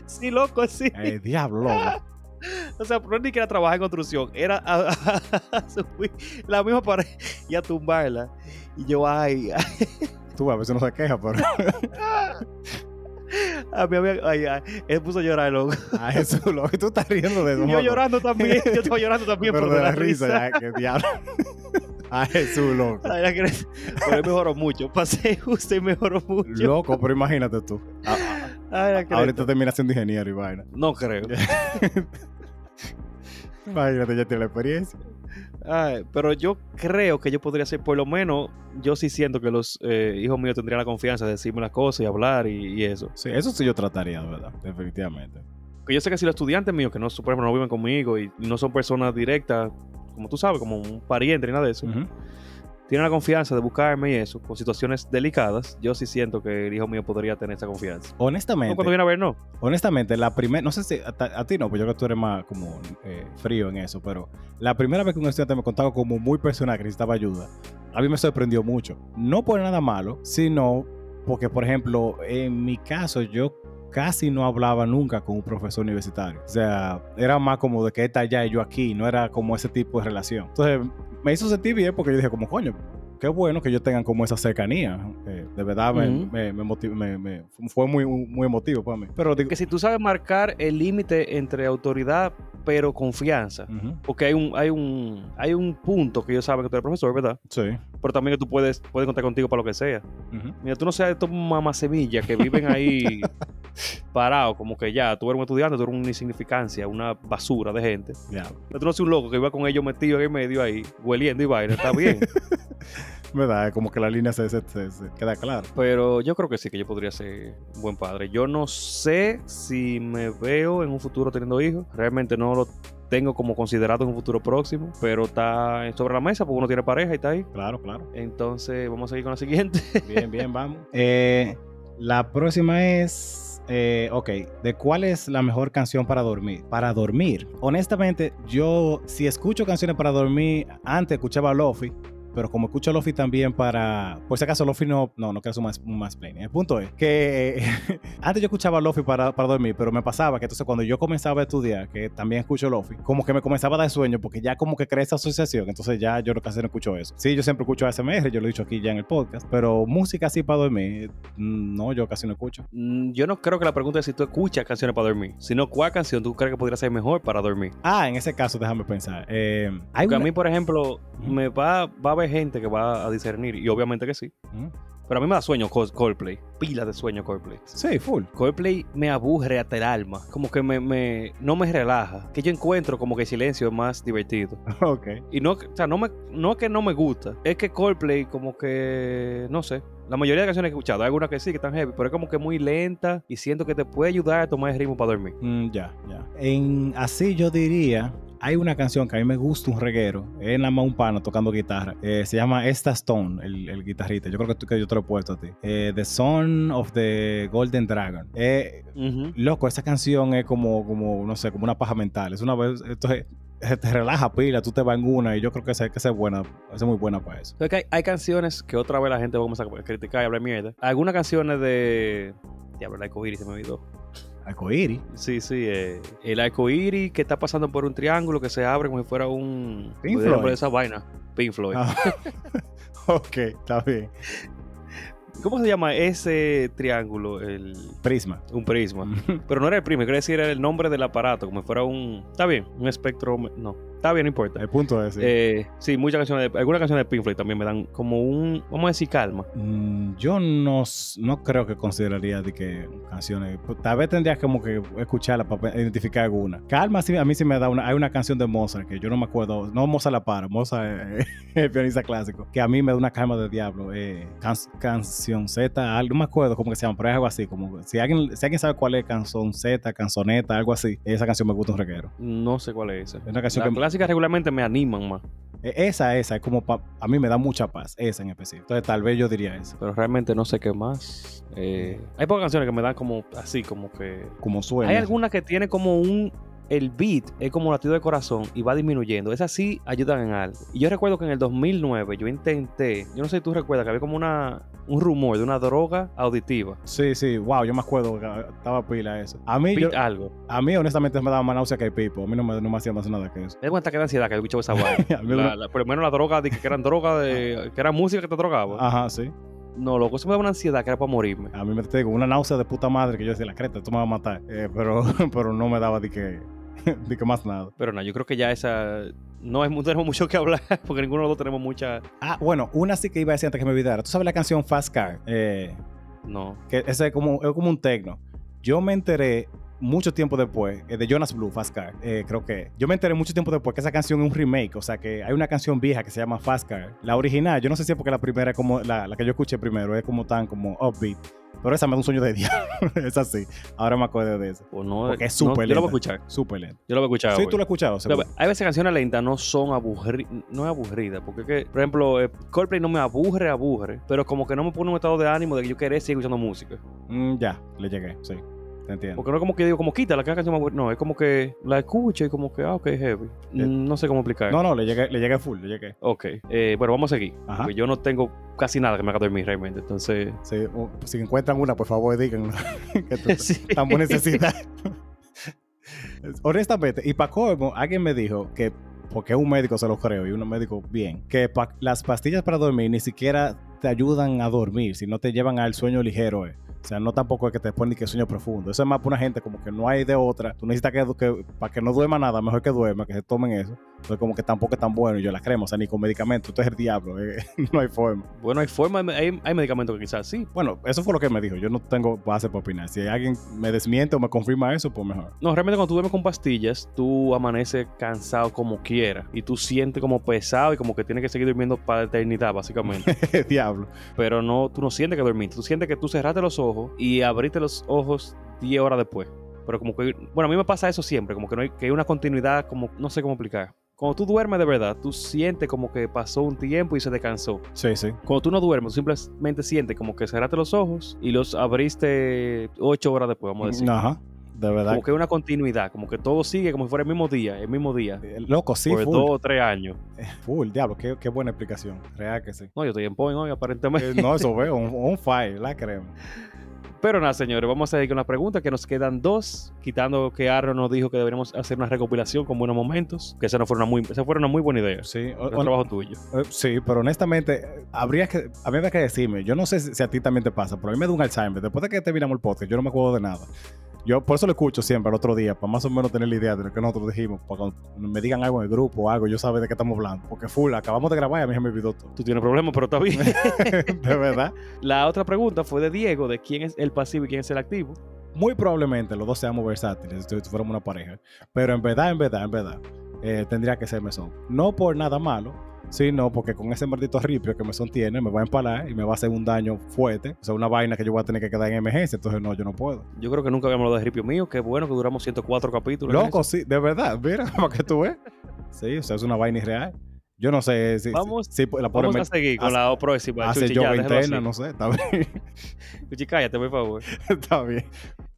Sí, loco, así.
El diablo, loco.
O sea, no es ni que era trabajar en construcción. Era a- a subir la misma pared y a tumbarla. Y yo, ay,
Tú a veces no se queja, pero
a mí había, ay, ay. Él puso a llorar, loco.
a Jesús, loco. Y tú estás riendo de eso.
Y yo
loco.
llorando también, yo estaba llorando también
Pero
por
de la risa, ya, que diablo. A Jesús, loco.
Ay, la que- Pero él mejoró mucho, pasé justo y mejoró mucho.
Loco, pero imagínate tú. A-
Ay, la que-
ahorita termina siendo ingeniero y vaina.
No creo.
Imagínate, ya tiene la experiencia.
Ay, pero yo creo que yo podría ser, por lo menos, yo sí siento que los eh, hijos míos tendrían la confianza de decirme las cosas y hablar y, y eso.
Sí, eso sí yo trataría, de verdad, definitivamente.
que yo sé que si los estudiantes míos, que no, por ejemplo, no viven conmigo y no son personas directas, como tú sabes, como un pariente ni nada de eso,
Ujú.
tienen la confianza de buscarme y eso, con situaciones delicadas, yo sí siento que el hijo mío podría tener esa confianza. No,
Honestamente,
cuando viene a ver, no.
honestamente, la primera, no sé si a, ta- a ti no, pues yo creo que tú eres más como eh, frío en eso, pero la primera vez que un estudiante me contaba como muy personal que necesitaba ayuda, a mí me sorprendió mucho. No por nada malo, sino porque, por ejemplo, en mi caso, yo casi no hablaba nunca con un profesor universitario. O sea, era más como de que él está allá y yo aquí, no era como ese tipo de relación. Entonces, me hizo sentir bien porque yo dije, como coño. Qué bueno que ellos tengan como esa cercanía. Eh, de verdad, me,
Ujú.
me- me motiv- me- me- fue muy, muy emotivo para mí. Pero digo,
Que si tú sabes marcar el límite entre autoridad pero confianza,
Ujú,
porque hay un, hay un, hay un punto que ellos saben que tú eres profesor, ¿verdad?
Sí.
Pero también que tú puedes, puedes contar contigo para lo que sea.
ujú.
Mira, tú no seas de estos mamasemillas que viven ahí parados, como que ya, tú eres un estudiante, tú eres una insignificancia, una basura de gente.
Ya.
Pero tú no seas un loco que iba con ellos metido en el medio ahí, hueliendo y vaina, está bien.
¿Verdad? Como que la línea se, se- se- se queda clara.
Pero yo creo que sí, que yo podría ser un buen padre. Yo no sé si me veo en un futuro teniendo hijos. Realmente no lo tengo como considerado en un futuro próximo, pero está sobre la mesa porque uno tiene pareja y está ahí.
Claro, claro.
Entonces, vamos a seguir con la siguiente.
Bien, bien, vamos. Eh, la próxima es. eh, ok, ¿de cuál es la mejor canción para dormir? Para dormir. Honestamente, yo si escucho canciones para dormir, antes escuchaba Lofi, pero como escucho Lofi también para. Por si acaso Lofi no. No, no quiero hacer un más, un más plain. El punto es que eh, antes yo escuchaba Lofi para, para dormir, pero me pasaba que entonces cuando yo comenzaba a estudiar, que también escucho Lofi, como que me comenzaba a dar sueño porque ya como que creé esa asociación, entonces ya yo lo que hace no escucho eso. Sí, yo siempre escucho ASMR, yo lo he dicho aquí ya en el podcast, pero música así para dormir, mm, no, yo casi no escucho.
Mm, Yo no creo que la pregunta es si tú escuchas canciones para dormir, sino cuál canción tú crees que podría ser mejor para dormir.
Ah, en ese caso déjame pensar. Eh, hay
Porque a
una-
mí, por ejemplo, me va, va a haber gente que va a discernir, y obviamente que sí.
Ujú.
Pero a mí me da sueño Col- Coldplay, pilas de sueño Coldplay.
Sí, full.
Coldplay me aburre hasta el alma, como que me, me- no me relaja, que yo encuentro como que el silencio es más divertido.
Ok.
Y no, o sea, no, me, no es que no me gusta, es que Coldplay como que, no sé, la mayoría de canciones que he escuchado, hay algunas que sí, que están heavy, pero es como que muy lenta y siento que te puede ayudar a tomar el ritmo para dormir.
Mm, ya, ya. En, así yo diría, hay una canción que a mí me gusta un reguero, es nada más un pano tocando guitarra. Eh, se llama Esta Stone, el, el guitarrista. Yo creo que, tú, que yo te lo he puesto a ti. Eh, the Son of the Golden Dragon. Eh,
Ujú.
loco, esa canción es como, como, no sé, como una paja mental. Es una vez, entonces eh, te relaja pila, tú te vas en una y yo creo que esa, que esa es buena, esa es muy buena para eso.
Creo que hay, hay canciones que otra vez la gente va a comenzar a criticar y hablar mierda. Algunas canciones de... Diablo, la cogí y se me olvidó.
Arcoíris.
Sí, sí, eh, el arco iris que está pasando por un triángulo que se abre como si fuera un. ¿cuál es el
Pink
nombre
Floyd.
de esa vaina. Pink Floyd.
Ah, ok, está bien.
¿Cómo se llama ese triángulo? El,
Prisma.
un prisma.
Mm.
Pero no era el prisma, quería decir era el nombre del aparato, como si fuera un. Está bien, un espectro. No, está bien, no importa.
El punto es... sí.
Eh, sí, muchas canciones, de- algunas canciones de Pink Floyd también me dan como un, vamos a decir, calma.
Mm, Yo no, s- no creo que consideraría de que canciones. pues, Tal vez tendrías como que escucharla para identificar alguna. Calma, sí, a mí sí me da una. Hay una canción de Mozart que yo no me acuerdo. No Mozart la para, Mozart es el pianista clásico. Que a mí me da una calma de diablo. Eh, can- canción Z, algo, no me acuerdo cómo que se llama, pero es algo así. Como si alguien, si alguien sabe cuál es canción Z, canzoneta, algo así. Esa canción me gusta un reguero.
No sé cuál es esa.
Es una canción
Las
que.
clásicas regularmente me animan más,
eh, Esa, esa, es como. pa- a mí me da mucha paz, esa en específico. Entonces tal vez yo diría esa.
pero realmente no sé qué más. Eh, hay pocas canciones que me dan como así, como que
Como suena.
Hay algunas que tiene como un. El beat es como latido de corazón y va disminuyendo. Esas sí ayudan en algo. Y yo recuerdo que en el 2009 yo intenté, yo no sé si tú recuerdas, que había como una, un rumor de una droga auditiva.
Sí, sí, wow, yo me acuerdo, ga- estaba pila eso. A mí, yo-
Beat algo.
a mí honestamente me daba más náusea que el pipo, a mí no me, no me hacía más nada que eso.
Me di cuenta que era ansiedad que había escuchado esa vaina.
A mí no-
La- la- por lo menos la droga, de, que eran drogas, de- que era música que te drogaba.
Ajá, sí.
No, loco, eso me daba una ansiedad que era para morirme.
A mí me te digo, una náusea de puta madre que yo decía, la creta, esto me va a matar. Eh, pero, pero no me daba de que, de que más nada.
Pero no, yo creo que ya esa. No, es, no tenemos mucho que hablar porque ninguno de los dos tenemos mucha.
Ah, bueno, una sí que iba a decir antes que me olvidara. ¿Tú sabes la canción Fast Car? Eh,
No.
que ese es como, es como un tecno. Yo me enteré mucho tiempo después eh, de Jonas Blue, Fast Car, eh, creo que. Yo me enteré mucho tiempo después que esa canción es un remake, o sea que hay una canción vieja que se llama Fast Car. La original, yo no sé si es porque la primera es como la, la que yo escuché primero, es como tan como upbeat. Pero esa me da un sueño de día. es así. Ahora me acuerdo de eso.
O no,
Porque es
no,
súper
Yo lo voy a
lenta.
escuchar.
Súper lento.
Yo lo voy a escuchar.
Sí,
güey.
tú lo has escuchado.
O sea,
seguro.
hay veces canciones lentas no son aburridas, no es aburrida, porque es que, por ejemplo, eh, Coldplay no me aburre, aburre, pero como que no me pone un estado de ánimo de que yo querer seguir escuchando música.
Mm, ya, le llegué. Sí. Te entiendo.
Porque no es como que digo, como quita la canción me aburre, no, es como que la escucho y como que, ah, ok, heavy. Mm, No sé cómo explicar.
No, no, le llegué, le llegué full. Le llegué.
Ok, eh, bueno, vamos a seguir,
Ajá.
porque yo no tengo casi nada que me haga dormir realmente, entonces...
Sí, o- si encuentran una, por favor, díganlo. que tú-
sí.
estamos necesitando. Honestamente, y para colmo, alguien me dijo que, porque un médico se lo creo y un médico bien, que pa- las pastillas para dormir ni siquiera te ayudan a dormir, si no te llevan al sueño ligero. eh. O sea, no tampoco es que te ponen que sueño profundo. Eso es más para una gente como que no hay de otra. Tú necesitas que, para que no duerma nada, mejor que duerma, que se tomen eso. Entonces, como que tampoco es tan bueno. Y yo la crema, o sea, ni con medicamento. Esto es el diablo. eh, no hay forma.
Bueno, hay forma, hay, hay medicamentos que quizás sí.
Bueno, eso fue lo que me dijo. Yo no tengo base para opinar. Si alguien me desmiente o me confirma eso, pues mejor.
No, realmente cuando tú duermes con pastillas, tú amaneces cansado como quiera y tú sientes como pesado y como que tienes que seguir durmiendo para la eternidad, básicamente.
Diablo.
pero no, tú no sientes que dormiste, tú sientes que tú cerraste los ojos y abriste los ojos 10 horas después. Pero como que, bueno, a mí me pasa eso siempre, como que no hay, que hay una continuidad, como no sé cómo explicar. Cuando tú duermes de verdad, tú sientes como que pasó un tiempo y se descansó.
Sí, sí.
Cuando tú no duermes, tú simplemente sientes como que cerraste los ojos y los abriste 8 horas después, vamos a decir.
Mm, Ajá. De verdad.
Como que hay una continuidad, como que todo sigue como si fuera el mismo día, el mismo día.
Eh, Loco, sí,
por dos
full.
o tres años.
Full, diablo. Qué, qué buena explicación. Real que sí.
No, yo estoy en point hoy, aparentemente.
Eh, no, eso veo. Un, un fire, la crema. Eh.
Pero nada, señores, vamos a seguir con las preguntas, que nos quedan dos, quitando que Aaron nos dijo que deberíamos hacer una recopilación con buenos momentos, que esa, no fue una muy, esa fue una muy buena idea.
Sí, o-
Es
o-
trabajo tuyo.
eh, sí, pero honestamente, eh, habría que, habría que decirme. Yo no sé si, si a ti también te pasa, pero a mí me da un Alzheimer. Después de que terminamos el podcast, yo no me acuerdo de nada. Yo por eso lo escucho siempre al otro día, para más o menos tener la idea de lo que nosotros dijimos, para cuando me digan algo en el grupo o algo, yo saber de qué estamos hablando. Porque full, acabamos de grabar y a mí se me olvidó todo.
Tú tienes problemas, pero está bien.
de verdad.
La otra pregunta fue de Diego, de quién es el pasivo y quién es el activo.
Muy probablemente los dos seamos versátiles si fuéramos una pareja. Pero en verdad, en verdad, en verdad, eh, tendría que ser mesón. No por nada malo, sino porque con ese maldito ripio que mesón tiene, me va a empalar y me va a hacer un daño fuerte. O sea, una vaina que yo voy a tener que quedar en emergencia. Entonces, no, yo no puedo.
Yo creo que nunca habíamos hablado de Ripio mío, qué bueno que duramos 104 capítulos. en
Loco, sí, de verdad. Mira, para que tú ves. Sí, o sea, es una vaina irreal. Yo no sé si,
Vamos-
si, si la
eso.
pobre
Vamos
me
a seguir con
hace-
la próxima.
hace
Chuchi,
yo
ya, déjalo
veintena,
así.
no sé. Está bien.
Chuchi, cállate, por favor.
Está bien.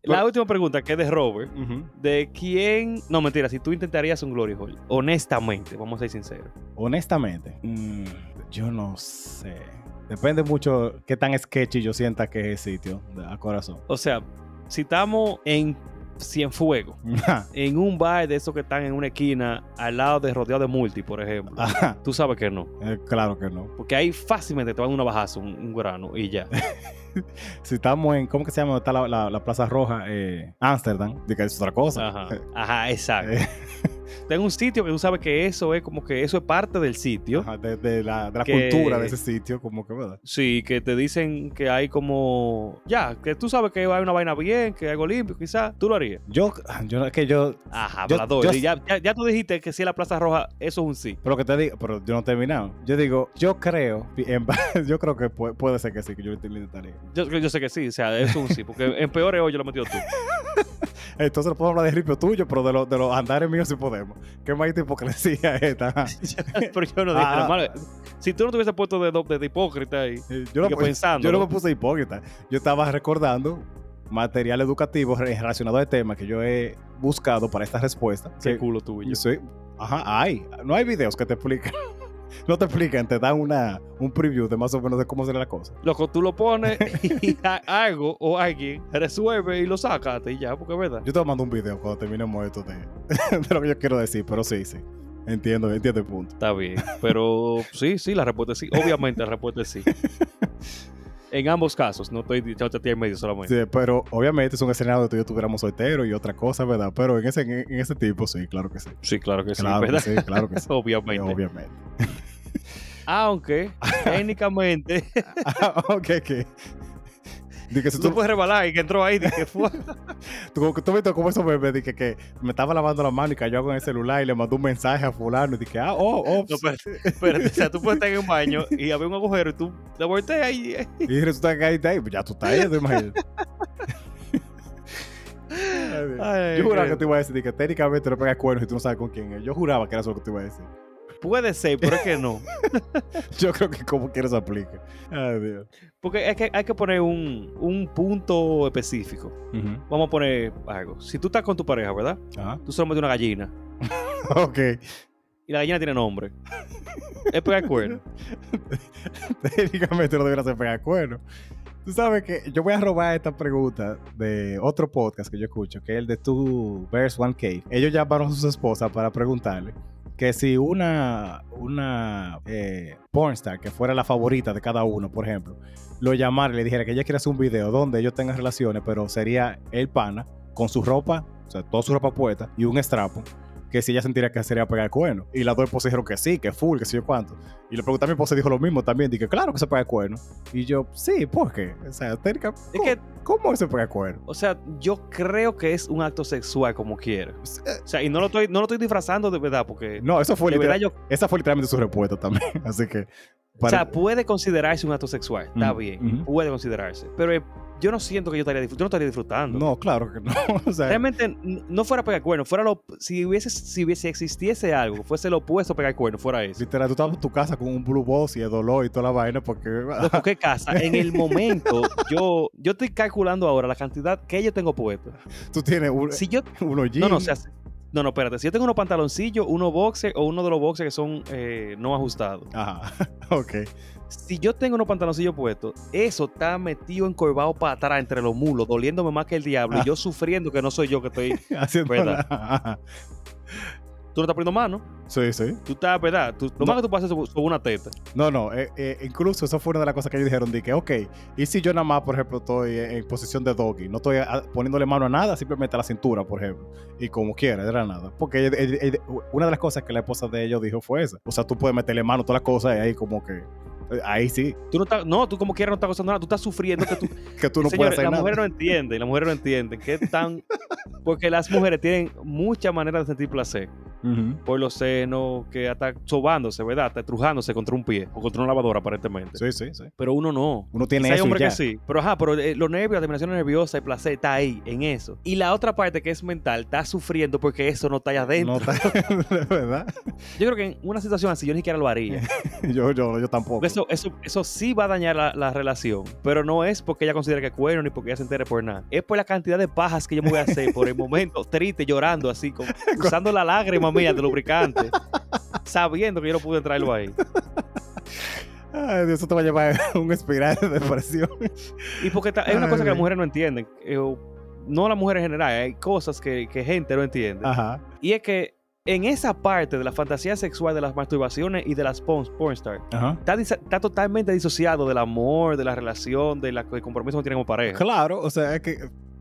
La
Pero-
última pregunta, que es de Robert.
Ujú.
¿De quién? No, mentira, si tú intentarías un Glory Hole, honestamente, vamos a ser sinceros.
Honestamente, mm, yo no sé. Depende mucho qué tan sketchy yo sienta que es el sitio, de- a corazón.
O sea, si estamos en Cienfuegos,
Ajá,
en un bar de esos que están en una esquina, al lado de rodeado de multi, por ejemplo,
ajá,
tú sabes que no.
eh, claro que no.
Porque ahí fácilmente te van una bajazo, un, un grano y ya.
Si estamos en, ¿cómo que se llama? Está la, la- la Plaza Roja, eh, Amsterdam, de que es otra cosa.
Ajá, Ah, ajá exacto.
Eh,
Tengo un sitio que tú sabes que eso es como que eso es parte del sitio.
ajá, de, de la, de la
Que-
cultura de ese sitio, como que, ¿verdad?
Sí, que te dicen que hay como. Ya, que tú sabes que hay una vaina bien, que hay algo limpio, quizás. Tú lo harías.
Yo, yo, es que yo,
Ajá,
Yo-
hablador.
yo-
Y ya, ya, ya tú dijiste que si es la Plaza Roja, eso es un sí.
pero que te digo, pero yo no he terminado. Yo digo, yo creo, en- yo creo que puede, puede ser que sí, que yo lo intentaría.
Yo, yo sé que sí, o sea, eso es un sí, porque en peores hoy yo lo he metido tú.
Entonces no puedo hablar de ripio tuyo, pero de, lo- de los andares míos sí podemos. Qué maldita hipocresía esta. ajá.
Pero yo no dije
Ah.
nada malo. Si tú no te hubieses puesto de, de, de hipócrita ahí,
Eh, Yo no,
que
pu-
pensando,
yo no
¿no?
me puse hipócrita. Yo estaba recordando material educativo re- relacionado al tema que yo he buscado para esta respuesta.
qué
Que-
culo tuyo.
sí, ajá, hay. No hay videos que te explican. No te explican, te dan una, un preview de más o menos de cómo será la cosa.
Loco, tú lo pones y a- algo o alguien resuelve y lo saca y ya, porque es verdad.
Yo te mando un video cuando terminemos esto de, de lo que yo quiero decir, pero sí, sí. Entiendo, entiendo el punto.
Está bien, pero sí, sí, la respuesta es sí. Obviamente la respuesta es sí. En ambos casos, no estoy echándote a ti en medio solamente.
Sí, pero obviamente es un escenario donde tú y yo tuviéramos soltero y otra cosa, ¿verdad? Pero en ese, en ese tipo, sí, claro que sí.
Sí, claro que sí,
Claro que
¿verdad?
sí, claro que sí.
Obviamente.
Obviamente.
Aunque, técnicamente,
Ah, ok, ok. Di que si
Tú
tú,
te puedes rebalar y que entró ahí, dije, fue.
tú, tú viste cómo eso me, dije que me estaba lavando la mano y cayó con el celular y le mandó un mensaje a fulano y dije, ah, oh, oh.
No, espérate, espérate, o sea, tú puedes estar en un baño y había un agujero y tú te volteas ahí. eh.
Y resulta que ahí está, ahí, pues ya tú estás ahí, te imaginas. Ay, Dios.
Ay,
Yo juraba
qué-
que te iba a decir di que técnicamente no pegas cuernos y tú no sabes con quién es. Yo juraba que era eso lo que te iba a decir.
Puede ser, pero es que no.
Yo creo que como quieres aplica. Ay, Dios.
Porque es que hay que poner un, un punto específico.
Ujú.
Vamos a poner algo. Si tú estás con tu pareja, ¿verdad?
Ajá.
Tú solo metes una gallina.
Ok.
Y la gallina tiene nombre. Es pegar cuerno.
Técnicamente no debería ser pegar cuernos. Tú sabes que yo voy a robar esta pregunta de otro podcast que yo escucho, que es el de Two Bears One Cave. Ellos llamaron a sus esposas para preguntarle que si una, una eh, pornstar que fuera la favorita de cada uno, por ejemplo, lo llamara y le dijera que ella quiere hacer un video donde ellos tengan relaciones, pero sería el pana con su ropa, o sea, toda su ropa puesta y un estrapo, que si ella sentiría que sería pegar cuerno. Y las dos esposas dijeron que sí, que full, que sé yo cuánto. Y le pregunté a mi esposa y dijo lo mismo también, dije, claro que se pega cuerno. Y yo, sí, ¿por qué? O sea, técnica,
Es
¿cómo,
que,
cómo se pega cuerno?
o sea, yo creo que es un acto sexual como quiera. O sea, y no lo estoy, no lo estoy disfrazando de verdad, porque
eh, No, eso fue
de verdad
literal,
yo.
esa fue literalmente su respuesta también. Así que...
O
para-
sea, puede considerarse un acto sexual. Está
Ujú,
bien.
ujú.
Puede considerarse. Pero eh, yo no siento que yo estaría, disfrut- yo no estaría disfrutando.
No, eh. claro que no. O sea,
Realmente n- no fuera pegar cuerno, fuera lo si hubiese si hubiese existiese algo, fuese lo opuesto a pegar cuerno, fuera eso.
literal, tú estabas en tu casa con un blue boss y el dolor y toda la vaina porque... ah,
Loco, qué casa. En el momento, yo, yo estoy calculando ahora la cantidad que yo tengo puesto.
tú tienes un,
Si yo.
un hollín.
No, no, o sea, si- no, no, espérate. Si yo tengo unos pantaloncillos, unos boxers o uno de los boxers que son eh, no ajustados.
Ajá, ok.
Si yo tengo unos pantaloncillos puestos, eso está metido encorvado para atrás entre los mulos, doliéndome más que el diablo.
Ah.
Y yo sufriendo que no soy yo que estoy.
Haciendo
¿Verdad?
la-
Tú no estás poniendo mano.
Sí, sí.
Tú estás, ¿verdad? Tú- lo
No.
más que tú pasas es sobre una teta.
No, no, eh, eh, incluso eso fue una de las cosas que ellos dijeron, de que, ok, y si yo nada más, por ejemplo, estoy en, en posición de doggy, no estoy ah, poniéndole mano a nada, simplemente a la cintura, por ejemplo, y como quiera, era nada. Porque ella- ella- ella- una de las cosas que la esposa de ellos dijo fue esa. O sea, tú puedes meterle mano a todas las cosas y ahí como que, eh, ahí sí,
Tú no estás, no, tú como quieras no estás gozando nada. Tú estás sufriendo que tú
que tú no
Señores,
puedes hacer
las
nada.
mujeres no entienden, las mujeres no entienden qué tan... Porque las mujeres tienen muchas maneras de sentir placer.
Ujú.
Por los senos, que hasta sobándose, ¿verdad? Hasta estrujándose contra un pie o contra una lavadora, aparentemente.
Sí, sí, sí.
Pero uno no.
Uno tiene
Quizá hay
eso y
hombres
ya.
que sí. Pero ajá, pero eh, los nervios, la terminación nerviosa, el placer está ahí, en eso. Y la otra parte que es mental, está sufriendo porque eso no está allá adentro.
No, de verdad.
Yo creo que en una situación así yo ni siquiera lo haría.
Yo, yo, yo tampoco.
Porque eso, eso, eso sí va a dañar la, la relación. Pero no es porque ella considere que es cuerno ni porque ella se entere por nada. Es por la cantidad de pajas que yo me voy a hacer por el momento, triste, llorando así, con- usando la lágrima mía de lubricante, sabiendo que yo no pude entrarlo ahí.
Ay, Dios, eso te va a llevar a un espiral de depresión.
Y porque ta- es una
Ay,
cosa que las
güey.
mujeres no entienden. eh, o- no las mujeres en general, hay cosas que, que gente no entiende.
Ajá.
Y es que en esa parte de la fantasía sexual, de las masturbaciones y de las porn, pornstar,
Ajá.
está, disa- está totalmente disociado del amor, de la relación, de la- del compromiso que tienen como pareja.
Claro, o sea, es que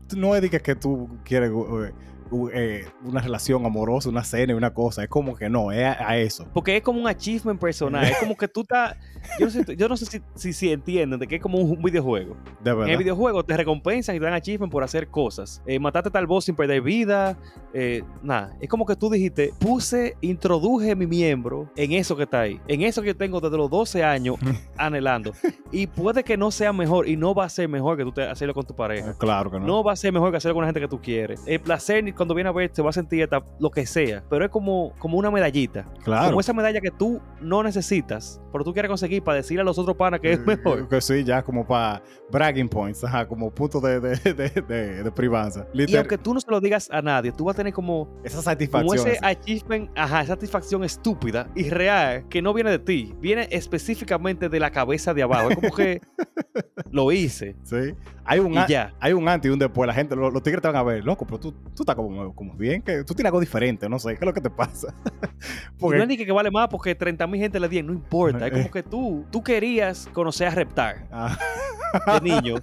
tú no es de que, que tú quieres eh, u- eh, una relación amorosa, una cena y una cosa. Es como que no, es a, a eso.
Porque es como un achievement personal. Es como que tú estás. Yo no sé, yo no sé si, si, si entienden de que es como un videojuego.
De
En el
verdad.
videojuego te recompensan y te dan achievement por hacer cosas. Eh, mataste a tal boss sin perder vida. eh, nada. Es como que tú dijiste, puse, introduje mi miembro en eso que está ahí. En eso que yo tengo desde los 12 años anhelando. Y puede que no sea mejor y no va a ser mejor que tú te hacerlo con tu pareja.
Eh, Claro que no.
No va a ser mejor que hacerlo con la gente que tú quieres. El placer, ni cuando viene a ver, te va a sentir hasta lo que sea. Pero es como, como una medallita.
claro.
Como esa medalla que tú no necesitas, pero tú quieres conseguir para decirle a los otros panas que es
Eh,
mejor.
Que sí, ya como para bragging points, ajá, como punto de, de, de, de- de privanza.
Y
Literal,
aunque tú no se lo digas a nadie, tú vas a tener como,
esa
como
satisfacción.
ese
así.
achievement, ajá, esa satisfacción estúpida y real que no viene de ti, viene específicamente de la cabeza de abajo. Es como que lo hice
Sí. Hay un,
y
a-
ya.
hay un antes y un después. La gente, lo- los, tigres te van a ver, loco, pero tú, tú estás como, como bien, que tú tienes algo diferente, no sé, ¿qué es lo que te pasa?
Y no es ni que, que vale más porque 30 mil gente le dieron, no importa. Es
eh.
como que tú, tú querías conocer a Reptar
Ah,
de niño.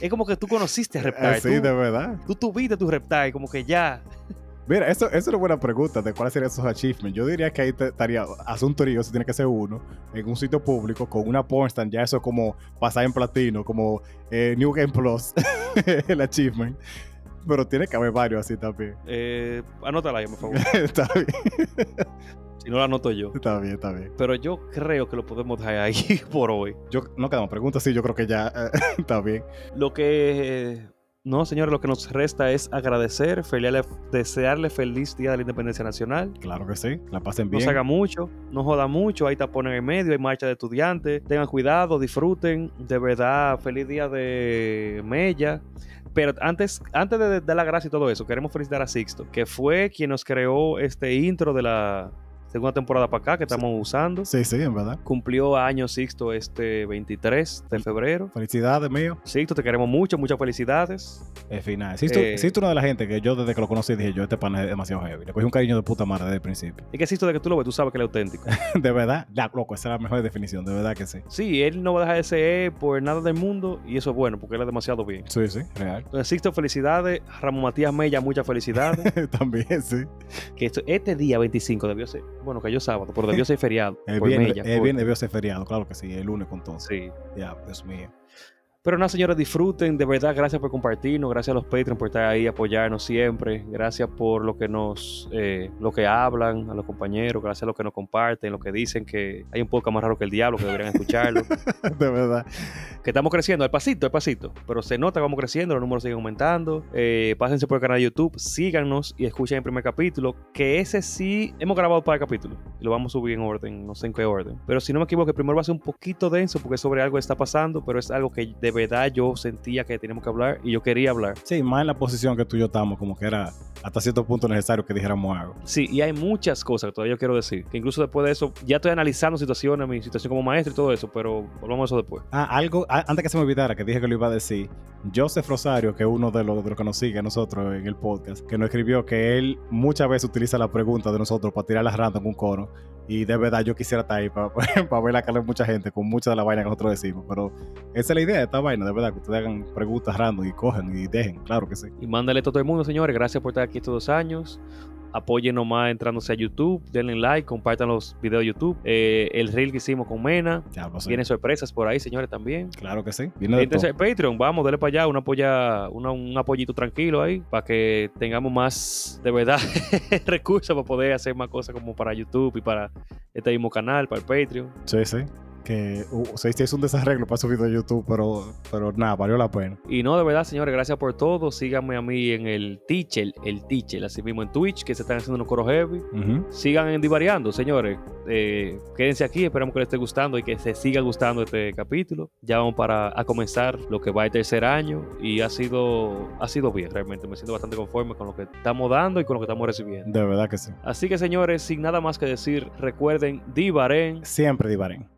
Es como que tú conociste a Reptar.
Ah, eh, sí,
tú-
de verdad.
tú tuviste tu reptile, como que ya.
Mira, eso, eso es una buena pregunta de cuáles serían esos achievements. Yo diría que ahí te- estaría asunto río, si tiene que ser uno, en un sitio público con una pornstar, ya eso es como pasar en platino, como eh, New Game Plus, el achievement. Pero tiene que haber varios así también.
Eh, anótala ahí, por favor.
está bien,
si no la anoto yo.
está bien, está bien.
Pero yo creo que lo podemos dejar ahí por hoy.
Yo, no quedamos preguntas, sí, yo creo que ya eh, está bien.
Lo que. eh, No, señores, lo que nos resta es agradecer, feliale- desearle feliz Día de la Independencia Nacional.
Claro que sí, la pasen
No
bien.
se haga mucho, no joda mucho, hay tapones en el medio, hay marcha de estudiantes, tengan cuidado, disfruten, de verdad, feliz día de Mella. Pero antes, antes de dar la gracia y todo eso, queremos felicitar a Sixto, que fue quien nos creó este intro de la segunda temporada para acá que estamos usando.
Sí, sí, en verdad.
Cumplió año Sixto este 23 de febrero.
Felicidades, mío.
Sixto, te queremos mucho, muchas felicidades.
Es final. Existe,
Eh.
existe una de la gente que yo desde que lo conocí dije, yo este pan es demasiado heavy. Le cogí un cariño de puta madre desde el principio.
Y que Sixto, de que tú lo ves, tú sabes que él es auténtico.
De verdad, ya, loco, esa es la mejor definición, de verdad que sí.
Sí, él no va a dejar de ser por nada del mundo y eso es bueno porque él es demasiado bien.
Sí, sí, real.
Entonces, Sixto, felicidades. Ramón Matías Mella, muchas felicidades.
También, sí.
que esto- este día 25 debió ser, bueno, cayó sábado, pero debió ser feriado.
El
por
viernes,
Mella,
el
por-
viernes debió ser feriado, claro que sí, el lunes con todo.
Sí.
Ya, Dios mío.
Pero nada, señores, disfruten. De verdad, gracias por compartirnos. Gracias a los Patreons por estar ahí, apoyarnos siempre. Gracias por lo que nos, eh, lo que hablan, a los compañeros. Gracias a los que nos comparten, lo que dicen que hay un poco más raro que el diablo, que deberían escucharlo.
De verdad.
que estamos creciendo, al pasito, al pasito. Pero se nota que vamos creciendo, los números siguen aumentando. Eh, pásense por el canal de YouTube, síganos y escuchen el primer capítulo, que ese sí hemos grabado para el capítulo. Y lo vamos a subir en orden, no sé en qué orden. Pero si no me equivoco, el primero va a ser un poquito denso porque es sobre algo que está pasando, pero es algo que de verdad yo sentía que teníamos que hablar y yo quería hablar.
Sí, más en la posición que tú y yo estamos, como que era hasta cierto punto necesario que dijéramos algo.
Sí, y hay muchas cosas que todavía yo quiero decir. Que incluso después de eso, ya estoy analizando situaciones, mi situación como maestro y todo eso, pero volvamos a eso después.
Ah, algo, a- antes que se me olvidara, que dije que lo iba a decir, Joseph Rosario, que es uno de los, de los que nos sigue a nosotros en el podcast, que nos escribió que él muchas veces utiliza la pregunta de nosotros para tirar las random con coro. Y de verdad yo quisiera estar ahí para, para ver la cara de mucha gente con mucha de la vaina que nosotros decimos. Pero esa es la idea de esta vaina, de verdad, que ustedes hagan preguntas random y cojan y dejen, claro que sí.
Y mándale esto a todo el mundo, señores. Gracias por estar aquí estos dos años. Apóyennos más entrándose a YouTube. Denle like, compartan los videos de YouTube. Eh, el reel que hicimos con Mena.
Ya, pues, sí.
Tiene sorpresas por ahí, señores, también.
Claro que sí. Viene de
Entonces, Patreon, vamos, dale para allá, una apoya, una- un apoyito tranquilo ahí, para que tengamos más, de verdad, recursos para poder hacer más cosas como para YouTube y para este mismo canal, para el Patreon.
todo. Sí, sí. Que uh, o sea, sí es un desarreglo para subir a YouTube, pero, pero nada, valió la pena.
Y no, de verdad, señores, gracias por todo. Síganme a mí en el Teacher, el Teacher, así mismo en Twitch, que se están haciendo unos coros heavy.
Ujú.
sigan en divariando, señores. Eh, quédense aquí, esperamos que les esté gustando y que se siga gustando este capítulo. Ya vamos para a comenzar lo que va el tercer año y ha sido ha sido bien, realmente me siento bastante conforme con lo que estamos dando y con lo que estamos recibiendo.
De verdad que sí.
Así que señores, sin nada más que decir, recuerden divaren
Siempre divaren.